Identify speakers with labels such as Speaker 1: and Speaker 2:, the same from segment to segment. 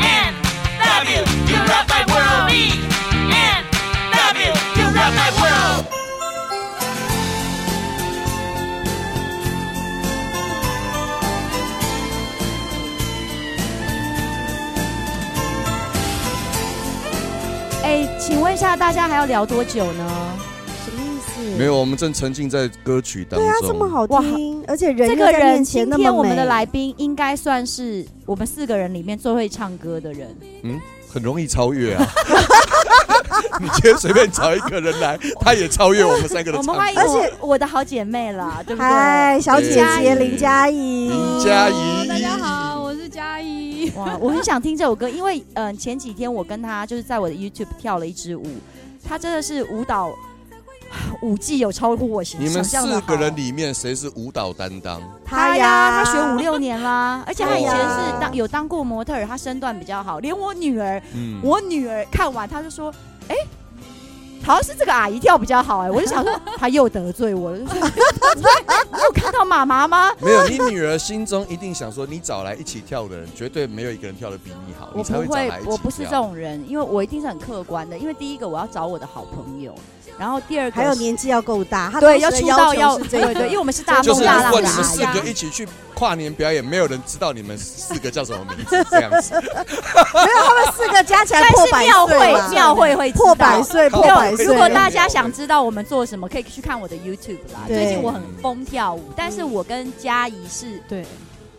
Speaker 1: BMW, you rock my world. BMW, you rock my world.
Speaker 2: 哎，请问一下大家还要聊多久呢？
Speaker 3: 什么意思？
Speaker 4: 没有，我们正沉浸在歌曲当
Speaker 3: 对啊，
Speaker 4: 中。
Speaker 3: 这么好
Speaker 2: 哇
Speaker 3: 听，而且人
Speaker 2: 这
Speaker 3: 又在
Speaker 2: 个人
Speaker 3: 面前
Speaker 2: 今
Speaker 3: 那
Speaker 2: 天
Speaker 3: 么
Speaker 2: 我们的
Speaker 3: 美
Speaker 2: 来宾应该算是我们四个人里面最会唱歌的人。
Speaker 4: 嗯，很容易超越啊。 你今天随便找一个人来，他也超越我们三个的
Speaker 2: 我
Speaker 4: 唱
Speaker 2: 们欢
Speaker 4: 法。
Speaker 2: 迎
Speaker 3: 而
Speaker 2: 我
Speaker 3: 且
Speaker 2: 我的好姐 妹啦，对不对？
Speaker 3: 嗨，小姐姐林佳怡，
Speaker 4: 林嘉怡，
Speaker 5: 大家好，我是嘉怡。
Speaker 2: 哇，我很想听这首歌，因为嗯、呃前几天我跟她就是在我的 YouTube 跳了一支舞，她真的是舞蹈舞技有超乎我想
Speaker 4: 你们
Speaker 2: 想象的
Speaker 4: 四
Speaker 2: 好。
Speaker 4: 个人里面谁是舞蹈担当？
Speaker 2: 她呀，她学五，六年啦，而且她以前
Speaker 3: 她呀
Speaker 2: 是当有当过模特儿，她身段比较好，连我女儿
Speaker 4: 嗯，
Speaker 2: 我女儿看完，她就说：“哎、好像是这个阿姨跳比较好哎、我就想说， 她又得罪我了，就是你有看到妈妈吗？
Speaker 4: 没有，你女儿心中一定想说，你找来一起跳的人，绝对没有一个人跳的比你好，
Speaker 2: 我
Speaker 4: 你才
Speaker 2: 不
Speaker 4: 找
Speaker 2: 会
Speaker 4: 来一起，跳。
Speaker 2: 我不是这种人，因为我一定是很客观的。因为第一个，我要找我的好朋友，然后第二个
Speaker 3: 还有
Speaker 2: 是
Speaker 3: 年纪要够大，她
Speaker 2: 对
Speaker 3: 当
Speaker 2: 要
Speaker 3: 时
Speaker 2: 出
Speaker 3: 的
Speaker 2: 道要
Speaker 3: 要求是这
Speaker 2: 对对，因为
Speaker 3: 个，
Speaker 2: 我们是大
Speaker 4: 就
Speaker 2: 风
Speaker 4: 是
Speaker 2: 大
Speaker 4: 如
Speaker 2: 浪
Speaker 4: 果
Speaker 2: 的
Speaker 4: 你们
Speaker 2: 阿
Speaker 4: 四
Speaker 2: 姨。啊
Speaker 4: 个一起去跨年表演，没有人知道你们四个叫什么名字，这样子。
Speaker 3: 没有他们四个加起来
Speaker 2: 但
Speaker 3: 破
Speaker 2: 是
Speaker 3: 百
Speaker 2: 庙
Speaker 3: 岁嘛
Speaker 2: 会庙会会知道
Speaker 3: 破百岁
Speaker 4: 没有
Speaker 3: 破百岁，
Speaker 2: 如果大
Speaker 4: 家
Speaker 2: 家想知道我们做什么，可以去看我的 YouTube 啦。
Speaker 3: 对
Speaker 2: 最近我很疯跳舞，但是我跟佳怡是，
Speaker 5: 对，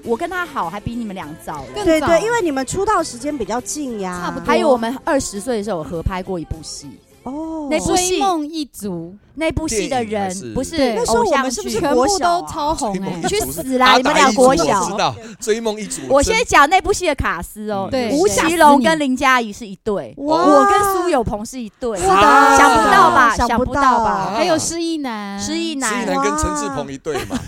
Speaker 2: 我跟她好，还比你们俩早了。
Speaker 5: 更
Speaker 3: 对
Speaker 5: 早
Speaker 3: 对，因为你们出道时间比较近呀，
Speaker 5: 差不多
Speaker 2: 还有我们二十岁的时候有合拍过一部戏，
Speaker 3: 哦，
Speaker 2: 那部戏
Speaker 5: 追梦一族
Speaker 2: 那部戏的人不是
Speaker 5: 对那
Speaker 3: 时候
Speaker 2: 偶
Speaker 3: 我
Speaker 2: 像
Speaker 3: 们是不是
Speaker 2: 剧
Speaker 5: 全
Speaker 3: 国
Speaker 5: 部
Speaker 3: 小啊
Speaker 5: 都超红
Speaker 4: 追梦
Speaker 5: 哎
Speaker 4: 一族，
Speaker 2: 去
Speaker 4: 是
Speaker 2: 死啦！你们
Speaker 4: 阿达
Speaker 2: 俩
Speaker 4: 一
Speaker 2: 国
Speaker 4: 族我知
Speaker 2: 小。
Speaker 4: 道追梦一族，
Speaker 2: 我先讲那部戏的卡司哦，
Speaker 4: 对
Speaker 2: 吴
Speaker 5: 吓
Speaker 2: 奇
Speaker 5: 死
Speaker 2: 隆
Speaker 5: 你
Speaker 2: 跟林嘉怡是一对，
Speaker 3: 哇
Speaker 2: 我跟苏有朋是一对，
Speaker 3: 是
Speaker 4: 的
Speaker 2: 想不到吧？
Speaker 3: 想
Speaker 2: 想
Speaker 3: 不
Speaker 2: 不到吧？
Speaker 4: 啊
Speaker 5: 还有失忆男，
Speaker 2: 失忆
Speaker 4: 真思怡
Speaker 2: 男，
Speaker 4: 男跟陈志朋一对 嘛？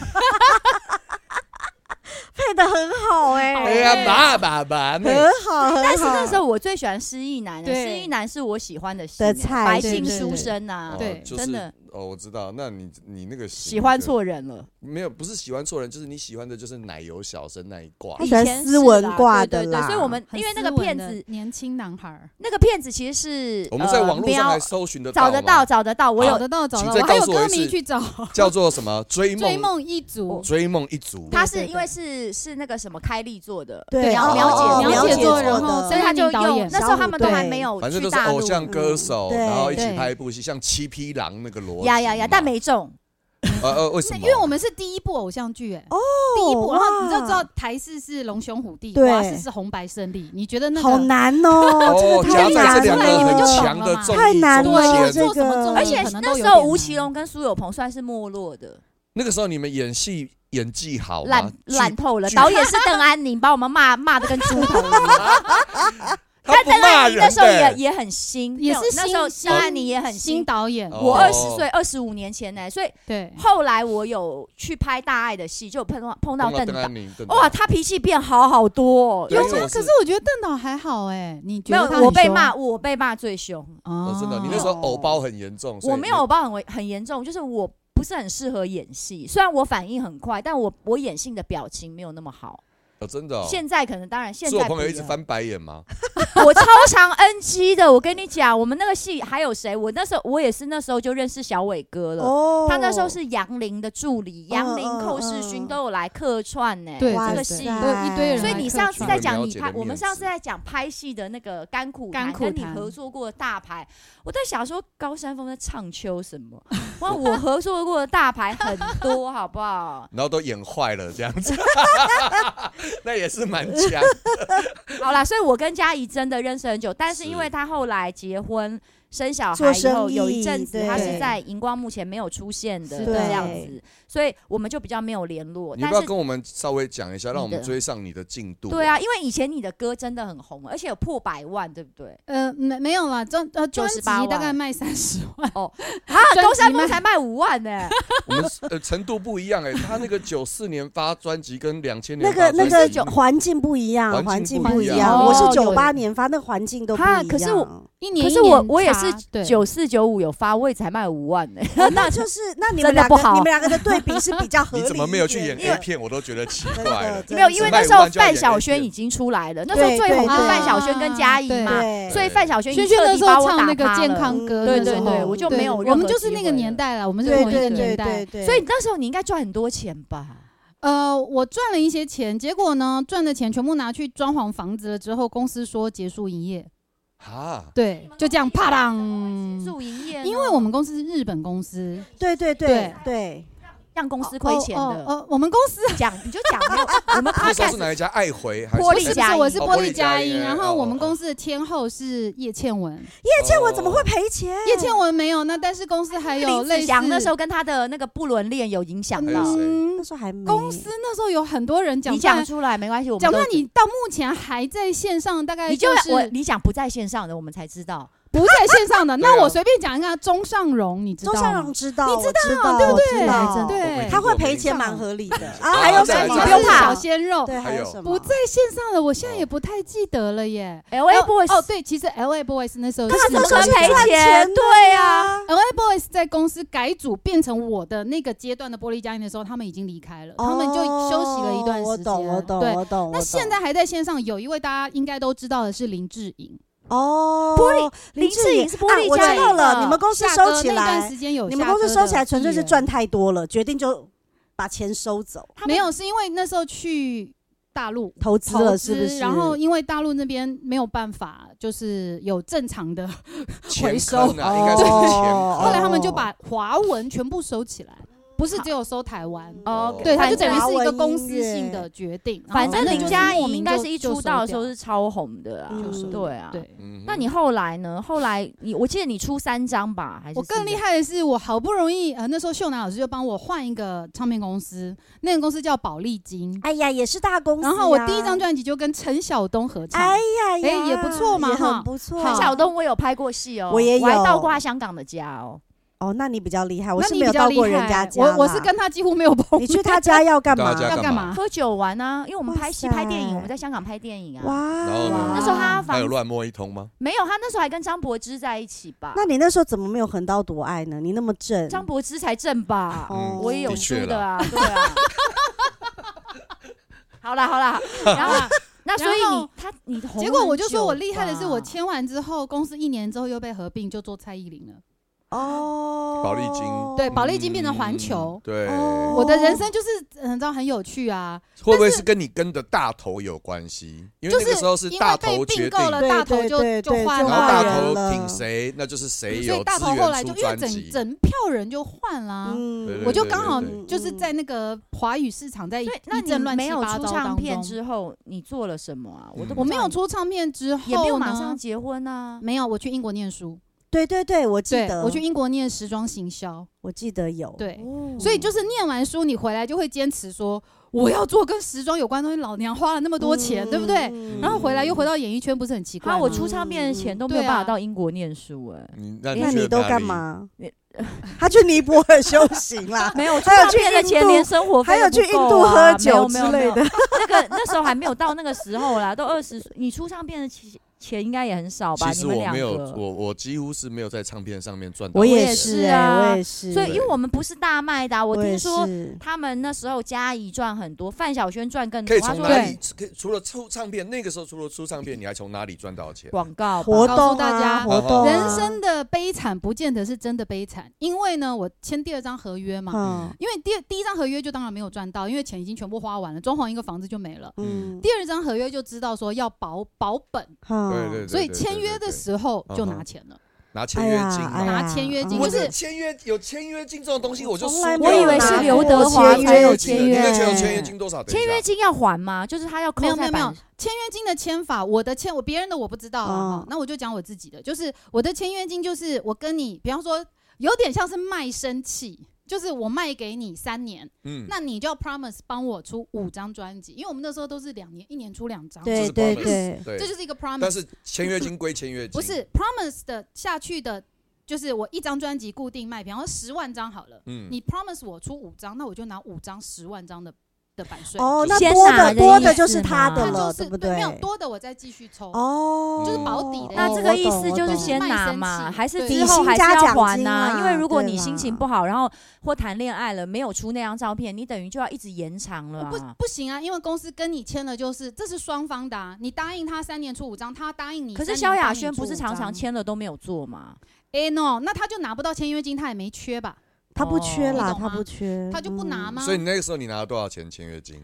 Speaker 3: 配的很好哎，
Speaker 4: 哎呀，爸爸爸呢？
Speaker 3: 很好很好，
Speaker 2: 但是那时候我最喜欢失忆男了，
Speaker 5: 对
Speaker 2: 失忆男是我喜欢的戏
Speaker 3: 的菜
Speaker 2: 白
Speaker 3: 对
Speaker 2: 净
Speaker 5: 对
Speaker 2: 书
Speaker 5: 对
Speaker 2: 生啊
Speaker 4: 哦，
Speaker 5: 对
Speaker 4: 就是
Speaker 2: 真的
Speaker 4: 哦，我知道。那你你那个型
Speaker 2: 喜欢
Speaker 4: 格
Speaker 2: 错人了。
Speaker 4: 没有？不是喜欢错人，就是你喜欢的就是奶油小生那一挂
Speaker 3: 他。
Speaker 2: 以
Speaker 3: 喜欢
Speaker 2: 前
Speaker 3: 斯
Speaker 2: 是
Speaker 3: 文
Speaker 2: 啦
Speaker 3: 挂
Speaker 2: 对
Speaker 3: 的
Speaker 2: 对
Speaker 3: 啦
Speaker 2: 对，所以我们因为那个片子
Speaker 5: 年轻男孩，
Speaker 2: 那个骗子其实是
Speaker 4: 我们在
Speaker 2: 呃
Speaker 4: 网络上
Speaker 2: 喵
Speaker 4: 还搜寻得
Speaker 2: 找得
Speaker 4: 得
Speaker 2: 到，，找得到，我
Speaker 5: 找
Speaker 2: 有
Speaker 5: 得到找
Speaker 4: 请
Speaker 5: 到，
Speaker 4: 再
Speaker 5: 我还有
Speaker 4: 告诉我
Speaker 5: 歌
Speaker 4: 一次
Speaker 5: 迷去找
Speaker 4: 叫做什么？追
Speaker 5: 追
Speaker 4: 梦
Speaker 5: 梦一族，
Speaker 4: 追梦一族。
Speaker 2: 他
Speaker 5: 对
Speaker 2: 是
Speaker 5: 对
Speaker 2: 因为是是那个什么开利做的，
Speaker 3: 对
Speaker 2: 苗
Speaker 4: 哦
Speaker 2: 苗
Speaker 4: 哦
Speaker 2: 姐
Speaker 5: 苗
Speaker 4: 哦苗
Speaker 5: 姐
Speaker 4: 姐
Speaker 5: 做，
Speaker 4: 做
Speaker 5: 然
Speaker 3: 的
Speaker 5: 后
Speaker 2: 所以他就
Speaker 5: 导
Speaker 2: 用
Speaker 5: 演
Speaker 2: 那时候他们都还没有
Speaker 4: 反正
Speaker 2: 去
Speaker 4: 都是
Speaker 2: 大陆嗯
Speaker 4: 偶，像歌手，
Speaker 3: 对
Speaker 4: 然后一起
Speaker 5: 对
Speaker 4: 拍一部戏，像《七匹狼》那个逻辑嘛。
Speaker 2: 呀呀呀，但没中，
Speaker 4: 呃呃，为什么？
Speaker 5: 因为我们是第一部偶像剧，哎，
Speaker 3: 哦
Speaker 5: 第一部，然后你就
Speaker 3: 哇
Speaker 5: 知道台式是龙兄虎弟，
Speaker 3: 对
Speaker 5: 华式是红白胜利，你觉得那
Speaker 3: 好
Speaker 5: 个
Speaker 3: 难 哦，这
Speaker 4: 哦
Speaker 3: 个，
Speaker 4: 夹
Speaker 3: 太
Speaker 4: 在
Speaker 3: 难
Speaker 4: 这两
Speaker 5: 对你
Speaker 4: 个
Speaker 5: 们就
Speaker 4: 很
Speaker 3: 了，
Speaker 5: 懂
Speaker 4: 强的
Speaker 5: 了嘛
Speaker 4: 综艺
Speaker 3: 太难
Speaker 4: 中
Speaker 3: 了
Speaker 4: 间
Speaker 5: 对，做什么
Speaker 3: 哦这个
Speaker 5: 综艺，
Speaker 2: 而且
Speaker 5: 嗯可能都
Speaker 2: 那
Speaker 5: 有
Speaker 2: 时候
Speaker 5: 点
Speaker 2: 吴
Speaker 5: 难
Speaker 2: 奇隆跟苏有朋算是没落的，
Speaker 4: 那个时候你们演戏演技好吗
Speaker 2: 烂？烂
Speaker 4: 剧
Speaker 2: 透了。
Speaker 4: 剧
Speaker 2: 导演是邓安宁，把我们骂骂的跟猪头一样。
Speaker 4: 他不
Speaker 2: 邓
Speaker 4: 骂
Speaker 2: 安宁
Speaker 4: 人
Speaker 2: 那时候也
Speaker 4: 的，
Speaker 2: 也很新，
Speaker 5: 也是
Speaker 2: 那时候
Speaker 5: 新
Speaker 2: 邓安宁也很
Speaker 5: 新
Speaker 2: 新。
Speaker 5: 导演，
Speaker 4: 哦
Speaker 2: 我二十岁，二十五年前呢，所以
Speaker 5: 对，
Speaker 2: 后来我有去拍大爱的戏，就有碰到碰到
Speaker 4: 碰
Speaker 2: 邓
Speaker 4: 到邓
Speaker 2: 导，
Speaker 4: 安宁，邓
Speaker 2: 哇，
Speaker 4: 安
Speaker 2: 他脾气变好好多、哦，
Speaker 4: 宁，
Speaker 2: 有
Speaker 4: 对，因为我
Speaker 5: 可
Speaker 4: 是
Speaker 5: 是我觉得邓导还好哎，你觉
Speaker 2: 没
Speaker 5: 得
Speaker 2: 有
Speaker 5: 他很
Speaker 2: 我被
Speaker 5: 凶
Speaker 2: 骂，我被骂最凶。
Speaker 5: 哦
Speaker 4: 哦，真的，你那时候偶包很严重，所以
Speaker 2: 我没有偶包很为很严重，就是我不是很适合演戏。虽然我反应很快，但我我演戏的表情没有那么好。
Speaker 4: 哦，真的哦。
Speaker 2: 现在可能当然现
Speaker 4: 是
Speaker 2: 在
Speaker 4: 我朋友
Speaker 2: 不
Speaker 4: 一直
Speaker 2: 了，
Speaker 4: 翻白眼吗？
Speaker 2: 我超常 NG 的。我跟你讲，我们那个戏还有谁？我那时候我也是那时候就认识小伟哥了。
Speaker 3: 哦
Speaker 2: 他那时候是杨林的助理，杨林、
Speaker 3: 嗯嗯
Speaker 2: 寇世勋
Speaker 3: 嗯
Speaker 2: 都有来客串呢、
Speaker 5: 对
Speaker 3: 哇
Speaker 2: 这个
Speaker 3: 塞
Speaker 2: 戏
Speaker 5: 都有一堆人来客串，
Speaker 2: 所以你
Speaker 4: 啊
Speaker 2: 上次在讲你拍，
Speaker 4: 我了解的面子
Speaker 2: 我们上次在讲拍戏的那个甘苦谈，
Speaker 5: 甘苦谈
Speaker 2: 跟你合作过的大牌，我在想说高山峰在唱秋什么？哇，我合作过的大牌很多，好不好？
Speaker 4: 然后都演坏了这样 子，那也是蛮强。
Speaker 2: 好啦，所以我跟嘉怡真的认识很久，但是
Speaker 4: 是
Speaker 2: 因为她后来结婚生小
Speaker 3: 做
Speaker 2: 孩以
Speaker 3: 生
Speaker 2: 后，
Speaker 3: 意
Speaker 2: 有一阵子
Speaker 3: 对
Speaker 2: 她是在荧光幕前没有出现的
Speaker 5: 是
Speaker 2: 这
Speaker 5: 的
Speaker 2: 样子，所以我们就比较没有联络。
Speaker 4: 你要
Speaker 2: 但
Speaker 4: 不要
Speaker 2: 是
Speaker 4: 跟我们稍微讲一下，
Speaker 2: 的
Speaker 4: 让我们追上你的进度？
Speaker 2: 对啊，，因为以前你的歌真的很红，而且有破百万，对不对？
Speaker 5: 呃没没有啦，专呃专辑
Speaker 2: 98万
Speaker 5: 大概卖三十万，
Speaker 2: 啊，
Speaker 5: 专辑
Speaker 2: 高山峰
Speaker 5: 卖
Speaker 2: 才卖五万呢、
Speaker 4: 我们呃程度不一样哎，他那个九四年发专辑跟两千
Speaker 3: 那
Speaker 4: 年
Speaker 3: 个
Speaker 4: 发
Speaker 3: 那
Speaker 4: 专辑
Speaker 3: 个环境不一样，环
Speaker 4: 环
Speaker 3: 境
Speaker 4: 境
Speaker 3: 不
Speaker 4: 不
Speaker 3: 一
Speaker 4: 一样
Speaker 3: 样。我是
Speaker 5: 哦
Speaker 3: 九八年发，那个环境都不一
Speaker 2: 哈
Speaker 3: 样。
Speaker 2: 可是我
Speaker 5: 一年
Speaker 2: 可
Speaker 5: 一
Speaker 2: 是
Speaker 5: 年
Speaker 2: 我我也
Speaker 5: 差
Speaker 2: 是
Speaker 5: 对
Speaker 2: 九四九五有发，我也才卖五万呢、
Speaker 3: 那就是那你们
Speaker 2: 真的
Speaker 3: 两
Speaker 2: 不
Speaker 3: 个
Speaker 2: 好
Speaker 3: 你们两个的对比是比较合理一点。
Speaker 4: 你怎么没有去演
Speaker 3: 因为
Speaker 4: A 片？我都觉得奇
Speaker 3: 真
Speaker 4: 怪了
Speaker 3: 的。
Speaker 2: 没有，因为那时候范晓萱已
Speaker 4: 已
Speaker 2: 经出来了，那时候
Speaker 3: 对
Speaker 2: 最红
Speaker 3: 对
Speaker 2: 是
Speaker 3: 对
Speaker 2: 范晓萱跟嘉怡
Speaker 5: 对
Speaker 2: 嘛，
Speaker 3: 对
Speaker 2: 所以范晓萱
Speaker 5: 轩
Speaker 2: 一
Speaker 5: 轩
Speaker 2: 彻
Speaker 5: 那
Speaker 2: 底
Speaker 5: 时
Speaker 2: 把
Speaker 5: 候
Speaker 2: 我
Speaker 5: 唱
Speaker 2: 打
Speaker 5: 那个
Speaker 2: 趴
Speaker 5: 健
Speaker 2: 了
Speaker 5: 康歌
Speaker 2: 对
Speaker 5: 的时
Speaker 2: 对
Speaker 5: 候，
Speaker 2: 对我就没有任何
Speaker 5: 我们就是
Speaker 2: 机
Speaker 5: 那个
Speaker 2: 会
Speaker 5: 年
Speaker 2: 了
Speaker 5: 代了，我们是
Speaker 3: 对
Speaker 5: 同一个
Speaker 3: 对
Speaker 5: 年
Speaker 3: 对对。
Speaker 5: 代
Speaker 3: 对，
Speaker 2: 所以那时候你应该赚很多钱吧？
Speaker 5: 呃，我赚了一些钱，结果呢，赚的钱全部拿去装潢房子了之后，公司说结束营业，
Speaker 4: 啊，
Speaker 5: 对，就这样啪当。
Speaker 2: 住营业呢，
Speaker 5: 因为我们公司是日本公司，
Speaker 3: 对对对
Speaker 5: 对
Speaker 3: 对，
Speaker 2: 让 公司亏钱
Speaker 5: 哦
Speaker 2: 的，
Speaker 5: 哦哦我们公司
Speaker 2: 讲你就讲没有，我们
Speaker 4: 那时候
Speaker 2: podcast
Speaker 4: 是哪一家？爱回还是
Speaker 2: 玻
Speaker 5: 不
Speaker 2: 璃
Speaker 5: 是
Speaker 4: 哎
Speaker 5: 不
Speaker 2: 佳
Speaker 5: 是
Speaker 2: 音
Speaker 5: 我是
Speaker 4: 哦
Speaker 5: 玻
Speaker 4: 玻
Speaker 5: 璃
Speaker 4: 璃佳
Speaker 5: 佳音，
Speaker 4: 音
Speaker 5: 然
Speaker 4: 哦
Speaker 5: 后我们
Speaker 4: 哦
Speaker 5: 公司的天后是叶倩文，
Speaker 3: 叶倩文怎么会赔钱？
Speaker 5: 叶倩文没有，那但是公司还有
Speaker 2: 哎林
Speaker 5: 类
Speaker 2: 子
Speaker 5: 似
Speaker 2: 祥那时候跟他的那个不伦恋有影响
Speaker 4: 还有
Speaker 2: 到
Speaker 4: 谁，
Speaker 3: 那时候还没
Speaker 5: 嗯公司那时时候有很多人讲，
Speaker 2: 你讲出来没关系，我们
Speaker 5: 讲
Speaker 2: 都
Speaker 5: 到你到目前还在线上，大概
Speaker 2: 你就
Speaker 5: 就是哦
Speaker 2: 我你讲不在线上的，我们才知道。
Speaker 5: 不在线上 的。
Speaker 4: 对啊
Speaker 5: 那我随便讲一个钟尚荣，你知道
Speaker 3: 周
Speaker 5: 吗？
Speaker 3: 尚荣知道，
Speaker 5: 你
Speaker 3: 知道
Speaker 5: 对不
Speaker 3: 我
Speaker 5: 对
Speaker 3: 知道
Speaker 4: 对
Speaker 5: 对，
Speaker 3: 他会赔钱蛮合理的啊。
Speaker 4: 啊
Speaker 3: 还有
Speaker 4: 对
Speaker 3: 什
Speaker 4: 对
Speaker 3: 么？
Speaker 4: 对
Speaker 2: 不用怕
Speaker 5: 小鲜肉
Speaker 3: 对，还
Speaker 4: 还
Speaker 3: 有
Speaker 4: 有
Speaker 3: 什么？
Speaker 5: 不在线上的，我现在也不太记得了耶。
Speaker 2: L A
Speaker 5: 然后
Speaker 2: Boys
Speaker 5: 哦，对，其实 L A Boys 那时候
Speaker 2: 可是
Speaker 5: 是
Speaker 2: 怎么
Speaker 3: 那时候
Speaker 2: 可能
Speaker 3: 是
Speaker 2: 赔
Speaker 3: 赚
Speaker 2: 钱
Speaker 3: 钱？的
Speaker 2: 对呀，
Speaker 5: L A Boys 在公司改组变成我的那个阶段的玻璃佳音的时候，他们已经离开了，他们就休息了一段时间。
Speaker 3: 哦我懂，我懂，
Speaker 5: 对，
Speaker 3: 我懂。
Speaker 5: 那
Speaker 3: 我
Speaker 5: 现
Speaker 3: 懂
Speaker 5: 在还在线上有一位大家应该都知道的是林志颖，
Speaker 3: 哦，
Speaker 2: 玻璃林志
Speaker 3: 志啊
Speaker 2: 颖是玻璃
Speaker 3: 我知
Speaker 2: 佳音
Speaker 3: 道了，
Speaker 5: 呃
Speaker 3: 你们公司
Speaker 5: 夏
Speaker 3: 收
Speaker 5: 哥
Speaker 3: 起
Speaker 5: 那段
Speaker 3: 来
Speaker 5: 时，间有
Speaker 3: 你们
Speaker 5: 夏
Speaker 3: 公司
Speaker 5: 哥
Speaker 3: 收
Speaker 5: 的
Speaker 3: 起来纯粹是
Speaker 5: 艺人
Speaker 3: 赚太多了，决定就把钱收走，
Speaker 5: 没有，是因为那时候去大陆
Speaker 3: 投资
Speaker 5: 投
Speaker 3: 了是
Speaker 5: 资，
Speaker 3: 不是？
Speaker 5: 然后因为大陆那边没有办法，就是有正常的，
Speaker 4: 钱
Speaker 5: 回收
Speaker 4: 坑啊，应该说是钱
Speaker 3: 哦
Speaker 4: 坑
Speaker 5: 后来他们就把华文全部收起来，不是只有收台湾。
Speaker 2: 哦
Speaker 4: 哦，
Speaker 5: 对，
Speaker 2: 反
Speaker 5: 他就
Speaker 2: 正
Speaker 5: 等于
Speaker 3: 华
Speaker 5: 是一个
Speaker 3: 文
Speaker 5: 公
Speaker 3: 音
Speaker 5: 司
Speaker 3: 乐
Speaker 5: 性的决定。
Speaker 2: 反正
Speaker 4: 哦
Speaker 2: 林
Speaker 5: 嘉
Speaker 2: 嘉
Speaker 5: 颖
Speaker 2: 颖应该是一出道的时候是超红的啊
Speaker 3: 嗯就收，掉
Speaker 2: 对啊。
Speaker 5: 对。
Speaker 4: 嗯
Speaker 2: 那你后来呢？后来你我记得你出三张吧，还是
Speaker 5: 我更
Speaker 2: 四
Speaker 5: 厉
Speaker 2: 张？
Speaker 5: 害的是，我好不容易呃那时候秀楠老师就帮我换一个唱片公司，那个公司叫宝丽金。
Speaker 3: 哎呀，也是大公司啊。
Speaker 5: 然后我第一张专辑就跟陈晓东合唱，
Speaker 3: 哎呀呀，
Speaker 5: 哎也不错嘛
Speaker 3: 也
Speaker 5: 哈
Speaker 3: 很不错。
Speaker 5: 好
Speaker 2: 陈晓东我有拍过戏哦，
Speaker 3: 我也
Speaker 2: 我还
Speaker 3: 有
Speaker 2: 到过他香港的家哦。
Speaker 3: 哦，那你比较厉害，我
Speaker 5: 那
Speaker 3: 是
Speaker 5: 你
Speaker 3: 没
Speaker 5: 比
Speaker 3: 有
Speaker 5: 较
Speaker 3: 到
Speaker 5: 厉
Speaker 3: 过
Speaker 5: 害，
Speaker 3: 人家家啦，
Speaker 5: 我我是跟他几乎没有碰
Speaker 3: 你
Speaker 5: 面。
Speaker 3: 去他家要干
Speaker 4: 到
Speaker 3: 嘛
Speaker 4: 他？家
Speaker 5: 要干嘛？
Speaker 2: 喝酒玩啊，因为我们
Speaker 3: 哇
Speaker 2: 拍戏拍
Speaker 3: 塞
Speaker 2: 电影，我们在香港拍电影啊。
Speaker 3: 哇，
Speaker 4: 然后呢
Speaker 2: 那时候他
Speaker 4: 还有
Speaker 2: 房
Speaker 4: 乱摸一通吗？
Speaker 2: 没有，他那时候还跟张柏芝在一起吧？
Speaker 3: 那你那时候怎么没有横刀夺爱呢？你那么正，
Speaker 2: 张柏芝才正吧？
Speaker 3: 哦
Speaker 2: 我也有
Speaker 4: 的确
Speaker 2: 输
Speaker 4: 啦
Speaker 2: 的啊，对啊。 好啦好啦，然后那所以
Speaker 5: 然
Speaker 2: 你
Speaker 5: 后
Speaker 2: 他你红
Speaker 5: 结果我
Speaker 2: 很
Speaker 5: 就说
Speaker 2: 久
Speaker 5: 我厉害的是，
Speaker 2: 吧
Speaker 5: 我签完之后，公司一年之后又被合并，就做蔡依林了。
Speaker 3: 哦，
Speaker 4: 宝丽金
Speaker 5: 对，宝丽金变成环球。
Speaker 4: 嗯对，
Speaker 3: 哦
Speaker 5: 我的人生就是呃你知道很有趣啊，
Speaker 4: 会不会是跟你跟的大头有关系？因为
Speaker 5: 就
Speaker 4: 那
Speaker 5: 是
Speaker 4: 个时候是
Speaker 5: 因
Speaker 4: 大
Speaker 5: 为被
Speaker 4: 头决
Speaker 5: 并
Speaker 4: 定
Speaker 5: 购，了，
Speaker 3: 对
Speaker 5: 大头
Speaker 3: 对
Speaker 5: 就就
Speaker 3: 对
Speaker 5: 换
Speaker 4: 然
Speaker 3: 就
Speaker 4: 后
Speaker 3: 换
Speaker 4: 大
Speaker 3: 人
Speaker 4: 头
Speaker 3: 了
Speaker 4: 挺谁，那就是谁
Speaker 5: 所
Speaker 4: 有
Speaker 5: 以大
Speaker 4: 资
Speaker 5: 头后来
Speaker 4: 源
Speaker 5: 就
Speaker 4: 出
Speaker 5: 因为
Speaker 4: 专
Speaker 5: 整
Speaker 4: 辑。
Speaker 5: 整票人就换啦、
Speaker 4: 对
Speaker 3: 嗯
Speaker 4: 对
Speaker 5: 啊我就刚好
Speaker 4: 对对对
Speaker 5: 就是在那个华语市场在一
Speaker 2: 所以那
Speaker 5: 一阵
Speaker 2: 你
Speaker 5: 乱
Speaker 2: 没
Speaker 5: 七
Speaker 2: 有
Speaker 5: 八
Speaker 2: 出
Speaker 5: 糟
Speaker 2: 唱
Speaker 5: 当
Speaker 2: 片
Speaker 5: 中，
Speaker 2: 之后，你做了什么啊？我都
Speaker 4: 嗯
Speaker 2: 不
Speaker 5: 我
Speaker 2: 知
Speaker 5: 没
Speaker 2: 道
Speaker 5: 有
Speaker 2: 你
Speaker 5: 出唱片之后
Speaker 2: 也没有马
Speaker 5: 呢
Speaker 2: 上结婚啊。
Speaker 5: 没有，我去英国念书，
Speaker 3: 对对对，我记
Speaker 5: 对
Speaker 3: 得，
Speaker 5: 我去英国念时装行销，
Speaker 3: 我记得有，
Speaker 5: 对，
Speaker 2: 哦
Speaker 5: 所以就是念完书你回来就会坚持说我要做跟时装有关的东西，老娘花了那么
Speaker 3: 嗯，
Speaker 5: 多钱，对不对？
Speaker 3: 嗯
Speaker 5: 然后回来又回到演艺圈，不是很奇怪
Speaker 2: 啊，
Speaker 5: 吗？
Speaker 2: 我出唱片的钱都没有
Speaker 5: 对
Speaker 2: 办法
Speaker 5: 啊
Speaker 2: 到英国念书 哎。
Speaker 4: 你那
Speaker 3: 那
Speaker 4: 去
Speaker 3: 你
Speaker 4: 了
Speaker 3: 都
Speaker 4: 哪
Speaker 3: 干
Speaker 4: 里？
Speaker 3: 嘛
Speaker 2: 你？，
Speaker 3: 他去尼泊尔修行啦
Speaker 2: 没有，出
Speaker 3: 还有
Speaker 2: 唱
Speaker 3: 去
Speaker 2: 片的
Speaker 3: 印
Speaker 2: 钱
Speaker 3: 度
Speaker 2: 连生活费
Speaker 3: 还有
Speaker 2: 都不
Speaker 3: 去印
Speaker 2: 够
Speaker 3: 度
Speaker 2: 啊
Speaker 3: 喝酒
Speaker 2: 没有
Speaker 3: 之
Speaker 2: 没
Speaker 3: 类
Speaker 2: 有没
Speaker 3: 的
Speaker 2: 有 那个那时候还没有到那个时候啦，都二十岁，你出唱片的钱钱应该也很少吧？
Speaker 4: 其
Speaker 2: 你
Speaker 4: 实
Speaker 2: 们
Speaker 4: 我
Speaker 2: 两
Speaker 4: 没有，
Speaker 2: 个，
Speaker 4: 我我几乎是没有在唱片上面赚到。
Speaker 3: 我也
Speaker 2: 也是
Speaker 3: 是哎，
Speaker 2: 啊
Speaker 3: 我也是，
Speaker 2: 所以因为我们不是大卖的啊，我听
Speaker 3: 也
Speaker 2: 说
Speaker 3: 是
Speaker 2: 他们那时候嘉怡赚很多，范晓萱赚更
Speaker 4: 可
Speaker 2: 多，
Speaker 4: 以
Speaker 2: 他
Speaker 4: 从
Speaker 2: 说
Speaker 4: 哪里？可以除了出唱片，那个时候除了出唱片，你还从哪里赚到钱？
Speaker 2: 广告吧
Speaker 3: 活
Speaker 5: 告诉
Speaker 3: 动
Speaker 5: 大
Speaker 3: 啊，
Speaker 5: 家
Speaker 3: 活动啊，
Speaker 5: 人生的悲惨不见得是真的悲惨，因为呢，我签第二张合约嘛，
Speaker 3: 嗯
Speaker 5: 因为第第一张合约就当然没有赚到，因为钱已经全部花完了，装潢一个房子就没了。
Speaker 3: 嗯，
Speaker 5: 第二张合约就知道说要保保本，
Speaker 3: 好
Speaker 4: 对对对，
Speaker 5: 所以
Speaker 4: 对
Speaker 5: 签约的
Speaker 4: 对对
Speaker 5: 时候就
Speaker 4: 嗯
Speaker 5: 拿
Speaker 4: 哼
Speaker 5: 钱了。
Speaker 4: 拿签约金啊
Speaker 3: 哎
Speaker 4: 嘛。
Speaker 3: 呀
Speaker 5: 拿签约金
Speaker 3: 哎呀
Speaker 4: 我
Speaker 5: 就
Speaker 4: 这
Speaker 5: 是
Speaker 4: 个签约有签约金这种东西，我就
Speaker 3: 从
Speaker 4: 输
Speaker 3: 来
Speaker 4: 掉啊
Speaker 3: 没有
Speaker 2: 我以为
Speaker 3: 拿
Speaker 2: 是
Speaker 3: 过
Speaker 2: 刘德
Speaker 3: 签
Speaker 2: 华才
Speaker 3: 约
Speaker 2: 有
Speaker 4: 金
Speaker 2: 签
Speaker 4: 的
Speaker 2: 约
Speaker 4: 你那
Speaker 2: 欸
Speaker 4: 签有签约金多少？等一
Speaker 2: 签
Speaker 4: 下
Speaker 2: 约金要还吗？就是他要扣
Speaker 5: 没有
Speaker 2: 在
Speaker 5: 没有
Speaker 2: 板
Speaker 5: 没签约金的签法，我的签我别人的我不知道啊、
Speaker 3: 嗯
Speaker 5: 哈那我就讲我自己的，就是我的签约金就是我跟你，比方说有点像是卖身契，就是我卖给你三年，
Speaker 4: 嗯，
Speaker 5: 那你就要 promise 帮我出五张专辑，因为我们那时候都是两年，一年出两张，
Speaker 3: 对
Speaker 4: 是
Speaker 3: 对
Speaker 4: bonus
Speaker 3: 对，
Speaker 4: 对
Speaker 5: 这，就是一个
Speaker 4: 但
Speaker 5: promise，
Speaker 4: 是签约金归签约金，
Speaker 5: 不是 promise 的下去的，就是我一张专辑固定卖，比方说十万张好了，
Speaker 4: 嗯，
Speaker 5: 你 promise 我出五张，那我就拿五张十万张的的版税，
Speaker 3: 哦，那
Speaker 2: 先
Speaker 3: 多
Speaker 2: 拿
Speaker 3: 的
Speaker 2: 的
Speaker 3: 多的
Speaker 2: 意思
Speaker 3: 就是他
Speaker 2: 嘛
Speaker 3: 的
Speaker 5: 它
Speaker 3: 了，
Speaker 5: 就是
Speaker 3: 对不对？
Speaker 5: 没有多的我再继续抽，
Speaker 3: 哦，
Speaker 5: 就是保底的
Speaker 2: 那
Speaker 5: 哦
Speaker 2: 这个
Speaker 3: 我
Speaker 2: 意
Speaker 3: 懂
Speaker 2: 思
Speaker 3: 我
Speaker 2: 就是
Speaker 3: 懂
Speaker 2: 先拿
Speaker 5: 卖
Speaker 2: 嘛，
Speaker 5: 身契
Speaker 2: 还是
Speaker 5: 对
Speaker 2: 之后还是
Speaker 3: 底薪加
Speaker 2: 要
Speaker 3: 奖
Speaker 2: 还
Speaker 3: 金
Speaker 2: 呐、
Speaker 3: 啊
Speaker 2: 因为如果你
Speaker 3: 对啦
Speaker 2: 心情不好，然后或谈恋爱了没有出那张照片，你等于就要一直延长了、
Speaker 5: 不
Speaker 2: 啊。
Speaker 5: 不行啊，因为公司跟你签了，就是这是双方的、啊，你答应他三年出五张，他答应你。
Speaker 2: 可是
Speaker 5: 三
Speaker 2: 萧
Speaker 5: 年
Speaker 2: 亚
Speaker 5: 帮你
Speaker 2: 轩不
Speaker 5: 出
Speaker 2: 是
Speaker 5: 五
Speaker 2: 常常
Speaker 5: 张？
Speaker 2: 签了都没有做吗？
Speaker 5: 哎、no，那他就拿不到签约金，他也没缺吧，
Speaker 3: 他不缺
Speaker 2: 哦
Speaker 3: 啦，
Speaker 5: 你懂
Speaker 3: 他
Speaker 5: 吗
Speaker 3: 不缺，
Speaker 5: 他就
Speaker 4: 嗯
Speaker 5: 不拿吗？
Speaker 4: 所以你那个时候你拿了多少钱签约金？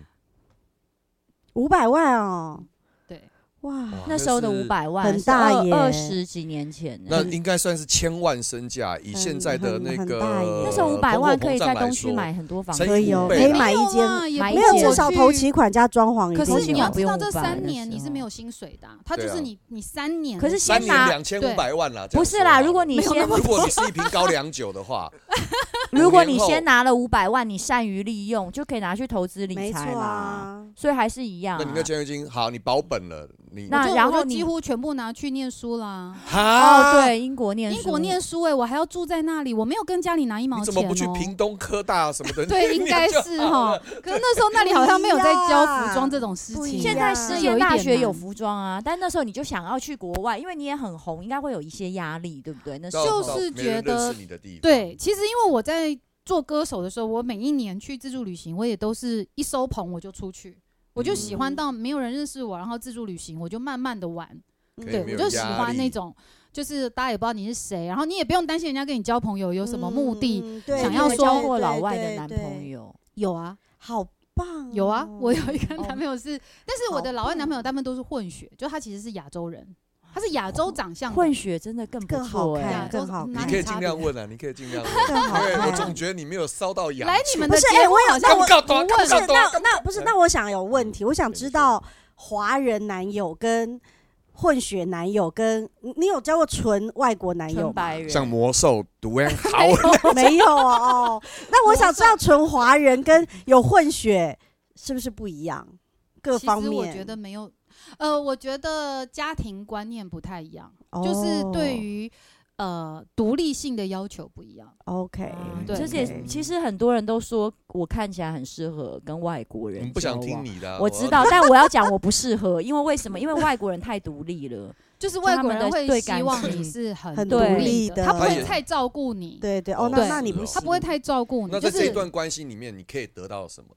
Speaker 3: 五百万哦，
Speaker 5: 对，
Speaker 3: 哇，
Speaker 4: 哇
Speaker 2: 那时候的
Speaker 4: 是
Speaker 2: 五百嗯万
Speaker 3: 很大耶
Speaker 2: 二十几年前呢、
Speaker 4: 那应该算是千万身价，以现在的那
Speaker 3: 很
Speaker 4: 个
Speaker 3: 很大耶
Speaker 2: 那时候
Speaker 4: 呃
Speaker 2: 五百万
Speaker 4: 通货
Speaker 2: 可以
Speaker 4: 膨胀
Speaker 2: 在
Speaker 4: 来
Speaker 2: 东区
Speaker 4: 说
Speaker 2: 买很多房子，哎
Speaker 4: 乘以
Speaker 3: 可以哦
Speaker 4: 五倍
Speaker 3: 可以
Speaker 4: 吧
Speaker 3: 买一间
Speaker 5: 啊，也
Speaker 2: 买一
Speaker 3: 没
Speaker 5: 不
Speaker 3: 有
Speaker 2: 间
Speaker 5: 是我
Speaker 3: 至少
Speaker 5: 去
Speaker 3: 头期。款加装潢一定
Speaker 5: 可
Speaker 3: 有，啊
Speaker 5: 是你要
Speaker 2: 不
Speaker 5: 知道，
Speaker 2: 用
Speaker 5: 这
Speaker 2: 吧
Speaker 5: 三
Speaker 2: 那
Speaker 5: 年
Speaker 2: 时
Speaker 5: 你是没
Speaker 2: 候
Speaker 5: 有薪水的啊、他就
Speaker 4: 对啊
Speaker 5: 是你你三年，
Speaker 2: 可是
Speaker 4: 三
Speaker 2: 先
Speaker 4: 年
Speaker 2: 拿
Speaker 4: 两千五百万啦，这
Speaker 2: 不
Speaker 4: 样
Speaker 2: 是啦，
Speaker 4: 说啊
Speaker 2: 如果你先
Speaker 4: 如果你是一瓶高粱酒的话，
Speaker 2: 如果你
Speaker 4: 五年后
Speaker 2: 先拿了五百万，你善于利用，就可以拿去投资理
Speaker 3: 没错
Speaker 2: 财啦。
Speaker 3: 啊，
Speaker 2: 所以还是一样、啊。
Speaker 4: 那你那签约金好，你保本了，你
Speaker 2: 那
Speaker 5: 我就
Speaker 2: 然
Speaker 5: 我就
Speaker 2: 后你
Speaker 5: 几乎全部拿去念书啦。
Speaker 4: 哈啊
Speaker 2: 哦，，对，英国念
Speaker 5: 英国
Speaker 2: 书
Speaker 5: 念书哎、我还要住在那里，我没有跟家里拿一毛钱、
Speaker 4: 你
Speaker 5: 哦。
Speaker 4: 怎么不去屏东科大什么 的？
Speaker 5: 对，应该是哈。可是那时候那里好像没有在教服装这种事
Speaker 3: 不
Speaker 5: 情。
Speaker 3: 一
Speaker 2: 现
Speaker 3: 样
Speaker 2: 在
Speaker 3: 是
Speaker 2: 实
Speaker 5: 有
Speaker 2: 验
Speaker 5: 一
Speaker 2: 大
Speaker 5: 点
Speaker 2: 学有
Speaker 5: 难
Speaker 2: 服装啊，但那时候你就想要去国外，因为你也很红，应该会有一些压力，对不对？那时
Speaker 4: 到
Speaker 2: 候
Speaker 5: 就
Speaker 4: 到
Speaker 5: 是
Speaker 4: 没
Speaker 5: 觉
Speaker 4: 人
Speaker 5: 得
Speaker 4: 认识你的地方
Speaker 5: 对，，其实因为我在做歌手的时候，我每一年去自助旅行，我也都是一收棚我就出去，我就喜
Speaker 3: 嗯
Speaker 5: 欢到没有人认识我，然后自助旅行，我就慢慢的玩。
Speaker 3: 嗯
Speaker 4: 可以
Speaker 5: 对，
Speaker 4: 没
Speaker 5: 我
Speaker 4: 有
Speaker 5: 就喜
Speaker 4: 压
Speaker 5: 欢那
Speaker 4: 力
Speaker 5: 种，就是大家也不知道你是谁，然后你也不用担心人家跟你交朋友有什么目的。
Speaker 3: 嗯，对
Speaker 5: 想要
Speaker 3: 对
Speaker 5: 说
Speaker 2: 交
Speaker 3: 对
Speaker 2: 过老
Speaker 3: 对
Speaker 2: 外的
Speaker 3: 对
Speaker 2: 男
Speaker 3: 对
Speaker 2: 朋友，
Speaker 5: 有啊，
Speaker 3: 好棒哦，
Speaker 5: 有啊，我有一个
Speaker 2: 哦
Speaker 5: 男朋友是，但是我的
Speaker 3: 好哦
Speaker 5: 老外男
Speaker 3: 棒
Speaker 5: 朋友大部分都是混血，就他其实是亚洲人，他是亚洲长相的，
Speaker 2: 混血真的更不
Speaker 3: 更好
Speaker 2: 错哎、
Speaker 3: 看，
Speaker 5: 呀
Speaker 3: 更
Speaker 5: 都
Speaker 3: 好
Speaker 5: 你
Speaker 4: 欸嗯你
Speaker 5: 哪
Speaker 3: 看
Speaker 4: 可
Speaker 5: 里，
Speaker 4: 以
Speaker 5: 差
Speaker 4: 尽
Speaker 5: 别
Speaker 4: 量问啊，你可以 尽量问，
Speaker 3: 更好
Speaker 4: 因为我
Speaker 3: 看
Speaker 4: 总。觉得你没有烧到痒
Speaker 5: 来
Speaker 4: 处。
Speaker 5: 你们
Speaker 3: 不
Speaker 5: 的
Speaker 3: 是
Speaker 5: 节
Speaker 3: 哎
Speaker 5: 目
Speaker 3: 我有
Speaker 5: 好像
Speaker 4: 告告告
Speaker 5: 不
Speaker 3: 不
Speaker 5: 问
Speaker 3: 是
Speaker 4: 告，
Speaker 3: 那那不是，
Speaker 5: 嗯
Speaker 4: 对
Speaker 3: 那我想有问题，我想
Speaker 4: 对你
Speaker 3: 知
Speaker 4: 说
Speaker 3: 道华人男友跟混血男友跟你你有交过纯外国男友
Speaker 2: 纯
Speaker 3: 吗？
Speaker 2: 白人，
Speaker 4: 像魔兽毒恩好，
Speaker 3: 没有哦。那我想知道纯华人跟有混血是不是不一样？各
Speaker 5: 其
Speaker 3: 方
Speaker 5: 实
Speaker 3: 面，
Speaker 5: 我觉得没有，呃，我觉得家庭观念不太一样，就是
Speaker 3: 哦
Speaker 5: 对于呃独立性的要求不一样。
Speaker 3: OK，
Speaker 2: 啊
Speaker 5: 嗯对
Speaker 2: 这
Speaker 4: 对
Speaker 2: 也其实很多人都说我看起来很适合跟外国
Speaker 4: 我
Speaker 2: 人
Speaker 4: 们不想
Speaker 2: 交
Speaker 4: 听
Speaker 2: 往。
Speaker 4: 你的啊。
Speaker 2: 我知道，但我要讲我不适合，因为为什么？因为外国人太独立了，
Speaker 5: 就是外
Speaker 2: 他
Speaker 5: 国
Speaker 2: 们
Speaker 5: 人
Speaker 2: 的
Speaker 5: 会
Speaker 2: 对
Speaker 5: 希
Speaker 2: 感
Speaker 5: 望你
Speaker 3: 情
Speaker 5: 是很
Speaker 3: 很
Speaker 2: 独
Speaker 5: 立
Speaker 3: 立的
Speaker 5: 他不
Speaker 4: 他
Speaker 5: 会
Speaker 4: 也
Speaker 5: 太照顾你，
Speaker 3: 对对哦，
Speaker 4: 对
Speaker 3: 那那你不行，
Speaker 5: 他不会太照顾
Speaker 4: 那
Speaker 5: 你，
Speaker 4: 在
Speaker 5: 就
Speaker 4: 这一
Speaker 5: 是
Speaker 4: 段关系里面，你可以得到什么？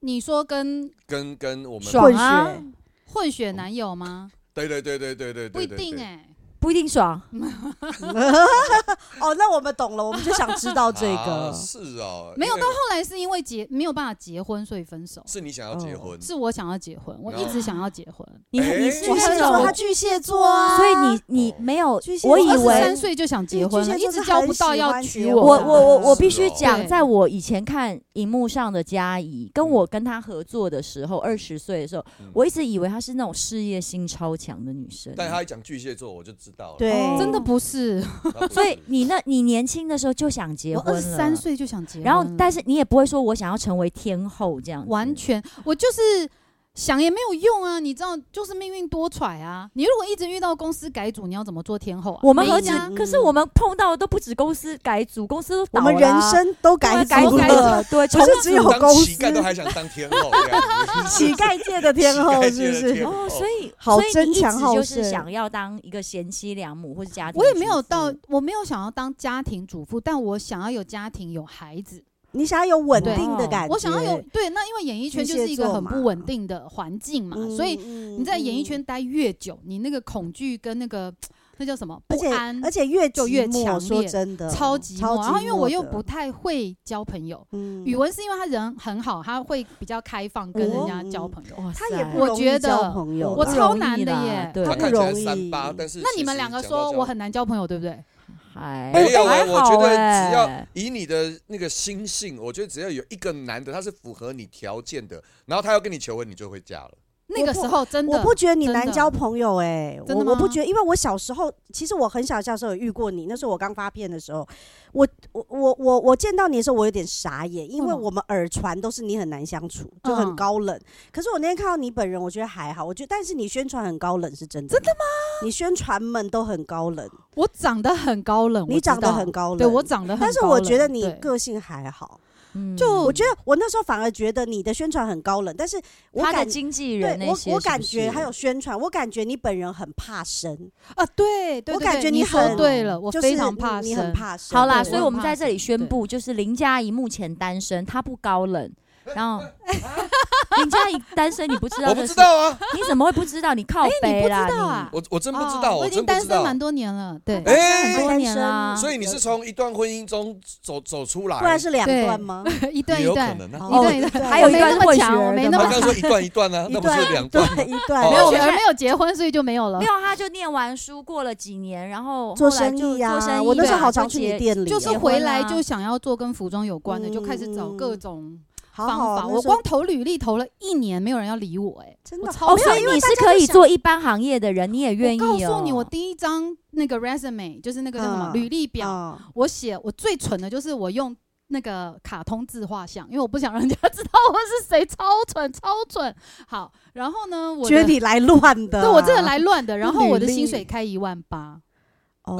Speaker 5: 你说跟
Speaker 4: 跟跟我们
Speaker 2: 爽啊
Speaker 3: 混，血
Speaker 5: 混血男友吗？
Speaker 4: 对对对对对对对，
Speaker 5: 不一
Speaker 4: 对
Speaker 5: 定
Speaker 4: 对
Speaker 5: 哎，
Speaker 2: 不一定爽。
Speaker 3: 哦，那我们懂了，我们就想知道这
Speaker 4: 啊
Speaker 3: 个。
Speaker 4: 是哦，
Speaker 5: 没有
Speaker 4: 因为
Speaker 5: 后来是因为结没有办法结婚，所以分手。
Speaker 4: 是你想要结婚，
Speaker 5: 哦是我想要结婚，我一直想要结婚，
Speaker 2: 你
Speaker 4: 哎
Speaker 2: 你是巨
Speaker 4: 我
Speaker 3: 我还
Speaker 2: 蟹
Speaker 3: 是说
Speaker 2: 座
Speaker 3: 他，巨蟹座啊，
Speaker 2: 所以你你
Speaker 4: 哦
Speaker 2: 没有
Speaker 3: 巨，蟹
Speaker 2: 我
Speaker 3: 座
Speaker 2: 以
Speaker 5: 二十
Speaker 2: 为
Speaker 5: 三岁就想结
Speaker 3: 巨
Speaker 5: 婚
Speaker 3: 蟹
Speaker 5: 了，一
Speaker 3: 座
Speaker 5: 直
Speaker 3: 是
Speaker 5: 交
Speaker 3: 很
Speaker 5: 不
Speaker 3: 喜
Speaker 5: 到要
Speaker 3: 欢
Speaker 5: 娶
Speaker 3: 结
Speaker 5: 我
Speaker 2: 我
Speaker 3: 婚
Speaker 5: 的。
Speaker 2: 我我我必
Speaker 4: 是
Speaker 2: 须
Speaker 4: 哦
Speaker 2: 讲，
Speaker 5: 对
Speaker 2: 在我以前看荧幕上的佳怡，跟我跟她合作的时候，二十岁的时候
Speaker 4: 嗯，
Speaker 2: 我一直以为她是那种事业心超强的女生。
Speaker 4: 但他一讲巨蟹座，我就知道了。
Speaker 3: 对
Speaker 2: 哦
Speaker 5: 真的不是，
Speaker 4: 他不是，
Speaker 2: 所以你那，你年轻的时候就想结
Speaker 5: 我
Speaker 2: 婚
Speaker 5: 二
Speaker 2: 了，
Speaker 5: 十三，岁就想结婚了，
Speaker 2: 然后但是你也不会说我想要成为天后这样子，
Speaker 5: 完全我就是想也没有用啊，你知道，就是命运多舛啊。你如果一直遇到公司改组，你要怎么做天后啊？
Speaker 2: 我们
Speaker 5: 没
Speaker 2: 何止
Speaker 5: 家？
Speaker 2: 可是我们碰到的都不止公司改组，公司都
Speaker 3: 我
Speaker 2: 倒
Speaker 3: 们
Speaker 2: 了
Speaker 3: 人
Speaker 2: 啊
Speaker 3: 生都
Speaker 2: 对
Speaker 3: 改
Speaker 2: 改
Speaker 3: 组
Speaker 2: 改
Speaker 3: 了，
Speaker 2: 组对，
Speaker 3: 不
Speaker 2: 重
Speaker 3: 是只有
Speaker 2: 组
Speaker 4: 当
Speaker 3: 公
Speaker 4: 乞丐
Speaker 3: 司
Speaker 4: 都还想当天后这 样子，
Speaker 3: 乞丐界的天后是不
Speaker 4: 乞丐界的天
Speaker 3: 是？
Speaker 4: 后
Speaker 2: 哦，所以
Speaker 3: 好
Speaker 2: 所以你
Speaker 3: 争
Speaker 2: 一
Speaker 3: 强
Speaker 2: 直
Speaker 3: 好
Speaker 2: 就是
Speaker 3: 胜
Speaker 2: 想要当一个贤妻良母或者家庭，
Speaker 5: 我也没有到，我没有想要当家庭主妇，但我想要有家庭有孩子，
Speaker 3: 你想要有稳定的
Speaker 2: 对
Speaker 3: 感觉，
Speaker 5: 我想要有对。那因为演艺圈就是一个很不稳定的环境嘛，
Speaker 3: 嗯
Speaker 5: 所以
Speaker 3: 嗯
Speaker 5: 你在演艺
Speaker 3: 嗯
Speaker 5: 圈待越久，你那个恐惧跟那个那叫什么
Speaker 3: 而
Speaker 5: 不
Speaker 3: 且
Speaker 5: 安
Speaker 3: 而，且越
Speaker 5: 就
Speaker 3: 寂
Speaker 5: 越
Speaker 3: 寞
Speaker 5: 强
Speaker 3: 说
Speaker 5: 烈
Speaker 3: 真的，
Speaker 5: 超级
Speaker 3: 超啊
Speaker 5: 寞。然后因为我又
Speaker 3: 的
Speaker 5: 不，太会交朋友，
Speaker 3: 嗯
Speaker 5: 宇文是因为他人很好，他会比较开放跟人
Speaker 3: 哦嗯
Speaker 5: 家交朋友。
Speaker 2: 哇塞，
Speaker 3: 他也不
Speaker 5: 我
Speaker 3: 容易
Speaker 5: 觉
Speaker 3: 交
Speaker 5: 得
Speaker 3: 朋友
Speaker 5: 我
Speaker 3: 啦
Speaker 2: 不
Speaker 5: 超
Speaker 2: 容易
Speaker 5: 难的
Speaker 2: 啦
Speaker 5: 耶
Speaker 2: 对
Speaker 3: 他
Speaker 4: 他
Speaker 3: 不
Speaker 4: 看起来
Speaker 3: 容易
Speaker 4: 三八，但是
Speaker 5: 那你
Speaker 4: 其
Speaker 5: 们
Speaker 4: 实
Speaker 5: 两个
Speaker 4: 讲到
Speaker 5: 说
Speaker 4: 这
Speaker 5: 我很难交朋友，对不对？
Speaker 2: 还
Speaker 4: 没有哎
Speaker 2: 还
Speaker 4: 我
Speaker 2: 好
Speaker 4: 觉得
Speaker 2: 哎
Speaker 4: 只要以你的那个心性，我觉得只要有一个男的他是符合你条件的，然后他要跟你求婚，你就会嫁了。
Speaker 5: 那个
Speaker 3: 不
Speaker 5: 时候真的，
Speaker 3: 我不觉得你
Speaker 5: 真
Speaker 3: 难
Speaker 5: 的
Speaker 3: 交朋友哎、我
Speaker 5: 真的
Speaker 3: 我不
Speaker 5: 吗
Speaker 3: 觉得，因为我小时候，其实我很小小时候有遇过你，那时候我刚发片的时候，我我我我我见到你的时候，我有点傻眼，因
Speaker 5: 为
Speaker 3: 为
Speaker 5: 什么
Speaker 3: 我们耳传都是你很难相处，就很
Speaker 5: 嗯
Speaker 3: 高冷。可是我那天看到你本人，我觉得还好，我觉得但是你宣传很高冷是真的，真的吗？你宣传们都很高冷，
Speaker 5: 我长得很高冷，我
Speaker 3: 你
Speaker 5: 知
Speaker 3: 长得
Speaker 5: 道
Speaker 3: 很高冷，
Speaker 5: 对我长得很高冷，
Speaker 3: 但
Speaker 5: 哦
Speaker 3: 是我觉得你
Speaker 5: 对
Speaker 3: 个性还好，
Speaker 2: 嗯
Speaker 5: 就
Speaker 3: 我觉得我那时候反而觉得你的宣传很高冷，但是我
Speaker 2: 他的
Speaker 3: 感
Speaker 2: 经纪
Speaker 3: 对
Speaker 2: 人那
Speaker 3: 我
Speaker 2: 些
Speaker 3: 我
Speaker 2: 是
Speaker 3: 感
Speaker 2: 不
Speaker 3: 觉
Speaker 2: 是
Speaker 3: 还有宣传，我感觉你本人很怕生，
Speaker 5: 啊，对，对
Speaker 3: 我
Speaker 5: 对
Speaker 3: 感
Speaker 5: 对
Speaker 3: 觉
Speaker 5: 你
Speaker 3: 你
Speaker 5: 说
Speaker 3: 很
Speaker 5: 对了，我
Speaker 3: 就
Speaker 5: 非
Speaker 3: 是
Speaker 5: 常怕
Speaker 3: 你你很
Speaker 5: 生
Speaker 3: 怕生。
Speaker 2: 好啦，
Speaker 5: 对
Speaker 2: 所以
Speaker 5: 我
Speaker 2: 我们
Speaker 5: 怕
Speaker 2: 在这里
Speaker 5: 死
Speaker 2: 宣
Speaker 5: 对
Speaker 2: 布，就是林佳怡目前单身，她不高冷。然后 林佳怡单身，你不知道？
Speaker 4: 我不知，道啊，
Speaker 2: 你怎么会不知道？你靠
Speaker 5: 哎你
Speaker 2: 背
Speaker 5: 不知
Speaker 2: 啦！
Speaker 5: 道啊
Speaker 4: 我我真不知
Speaker 5: 哦
Speaker 4: 道，
Speaker 5: 我已
Speaker 4: 真
Speaker 5: 经
Speaker 4: 不
Speaker 5: 单
Speaker 4: 知
Speaker 5: 身
Speaker 4: 道。
Speaker 5: 蛮多年了，对，啊
Speaker 4: 哎
Speaker 2: 很多年啦
Speaker 4: 所以你是从一段婚姻中走走出来，
Speaker 3: 不然是两
Speaker 5: 对
Speaker 3: 段吗？
Speaker 5: 一段
Speaker 4: 也
Speaker 5: 一
Speaker 4: 有可
Speaker 5: 段，
Speaker 4: 能
Speaker 5: 一
Speaker 4: 啊。
Speaker 2: 哦
Speaker 5: 段一段，
Speaker 2: 还有
Speaker 5: 我
Speaker 2: 一
Speaker 5: 没
Speaker 2: 段
Speaker 5: 那么
Speaker 2: 混
Speaker 5: 强，我
Speaker 2: 血
Speaker 5: 没那
Speaker 2: 儿的
Speaker 4: 他
Speaker 5: 么
Speaker 4: 刚刚说一段一 段呢，
Speaker 3: 一
Speaker 4: 那不是
Speaker 3: 段
Speaker 4: 两
Speaker 3: 对
Speaker 4: 段吗？
Speaker 3: 一段，
Speaker 4: 哦
Speaker 5: 没有，我
Speaker 2: 就是
Speaker 5: 们没有结婚，所以就没有了
Speaker 2: 没。有，他就念完书，过了几年，然后
Speaker 3: 做
Speaker 2: 后来
Speaker 3: 生
Speaker 2: 就
Speaker 3: 意啊
Speaker 2: 做生意，
Speaker 3: 我那时候
Speaker 2: 对啊
Speaker 3: 好常去你
Speaker 2: 结
Speaker 3: 店里哦，
Speaker 5: 就是
Speaker 2: 结婚
Speaker 5: 回来
Speaker 2: 啊
Speaker 5: 就想要做跟服装有关的，就开始找各
Speaker 3: 嗯
Speaker 5: 种
Speaker 3: 好
Speaker 5: 方
Speaker 3: 好啊
Speaker 5: 法。
Speaker 3: 那
Speaker 5: 我
Speaker 3: 时候
Speaker 5: 光投履历投了一年，没有人要理我，哎，
Speaker 3: 真
Speaker 5: 我
Speaker 3: 的
Speaker 5: 超
Speaker 2: 哦，
Speaker 3: 没有
Speaker 2: 所以
Speaker 3: 因为
Speaker 2: 你
Speaker 3: 大
Speaker 2: 是
Speaker 3: 家
Speaker 2: 可
Speaker 3: 就
Speaker 2: 以
Speaker 3: 想
Speaker 2: 做一般行业的人，你也愿意哦。
Speaker 5: 我告诉你，我第一张那个 resume 就是那个叫什么、
Speaker 3: 嗯
Speaker 5: 履历表，
Speaker 3: 哦
Speaker 5: 我写我最蠢的就是我用那个卡通字画像，因为我不想让人家 知道我是谁，超蠢超蠢。好，然后呢，我
Speaker 3: 觉
Speaker 5: 的
Speaker 3: 得你来乱的啊，
Speaker 5: 对我这个来乱 的，然后我的
Speaker 3: 履历
Speaker 5: 薪水开一万八，
Speaker 4: 呃，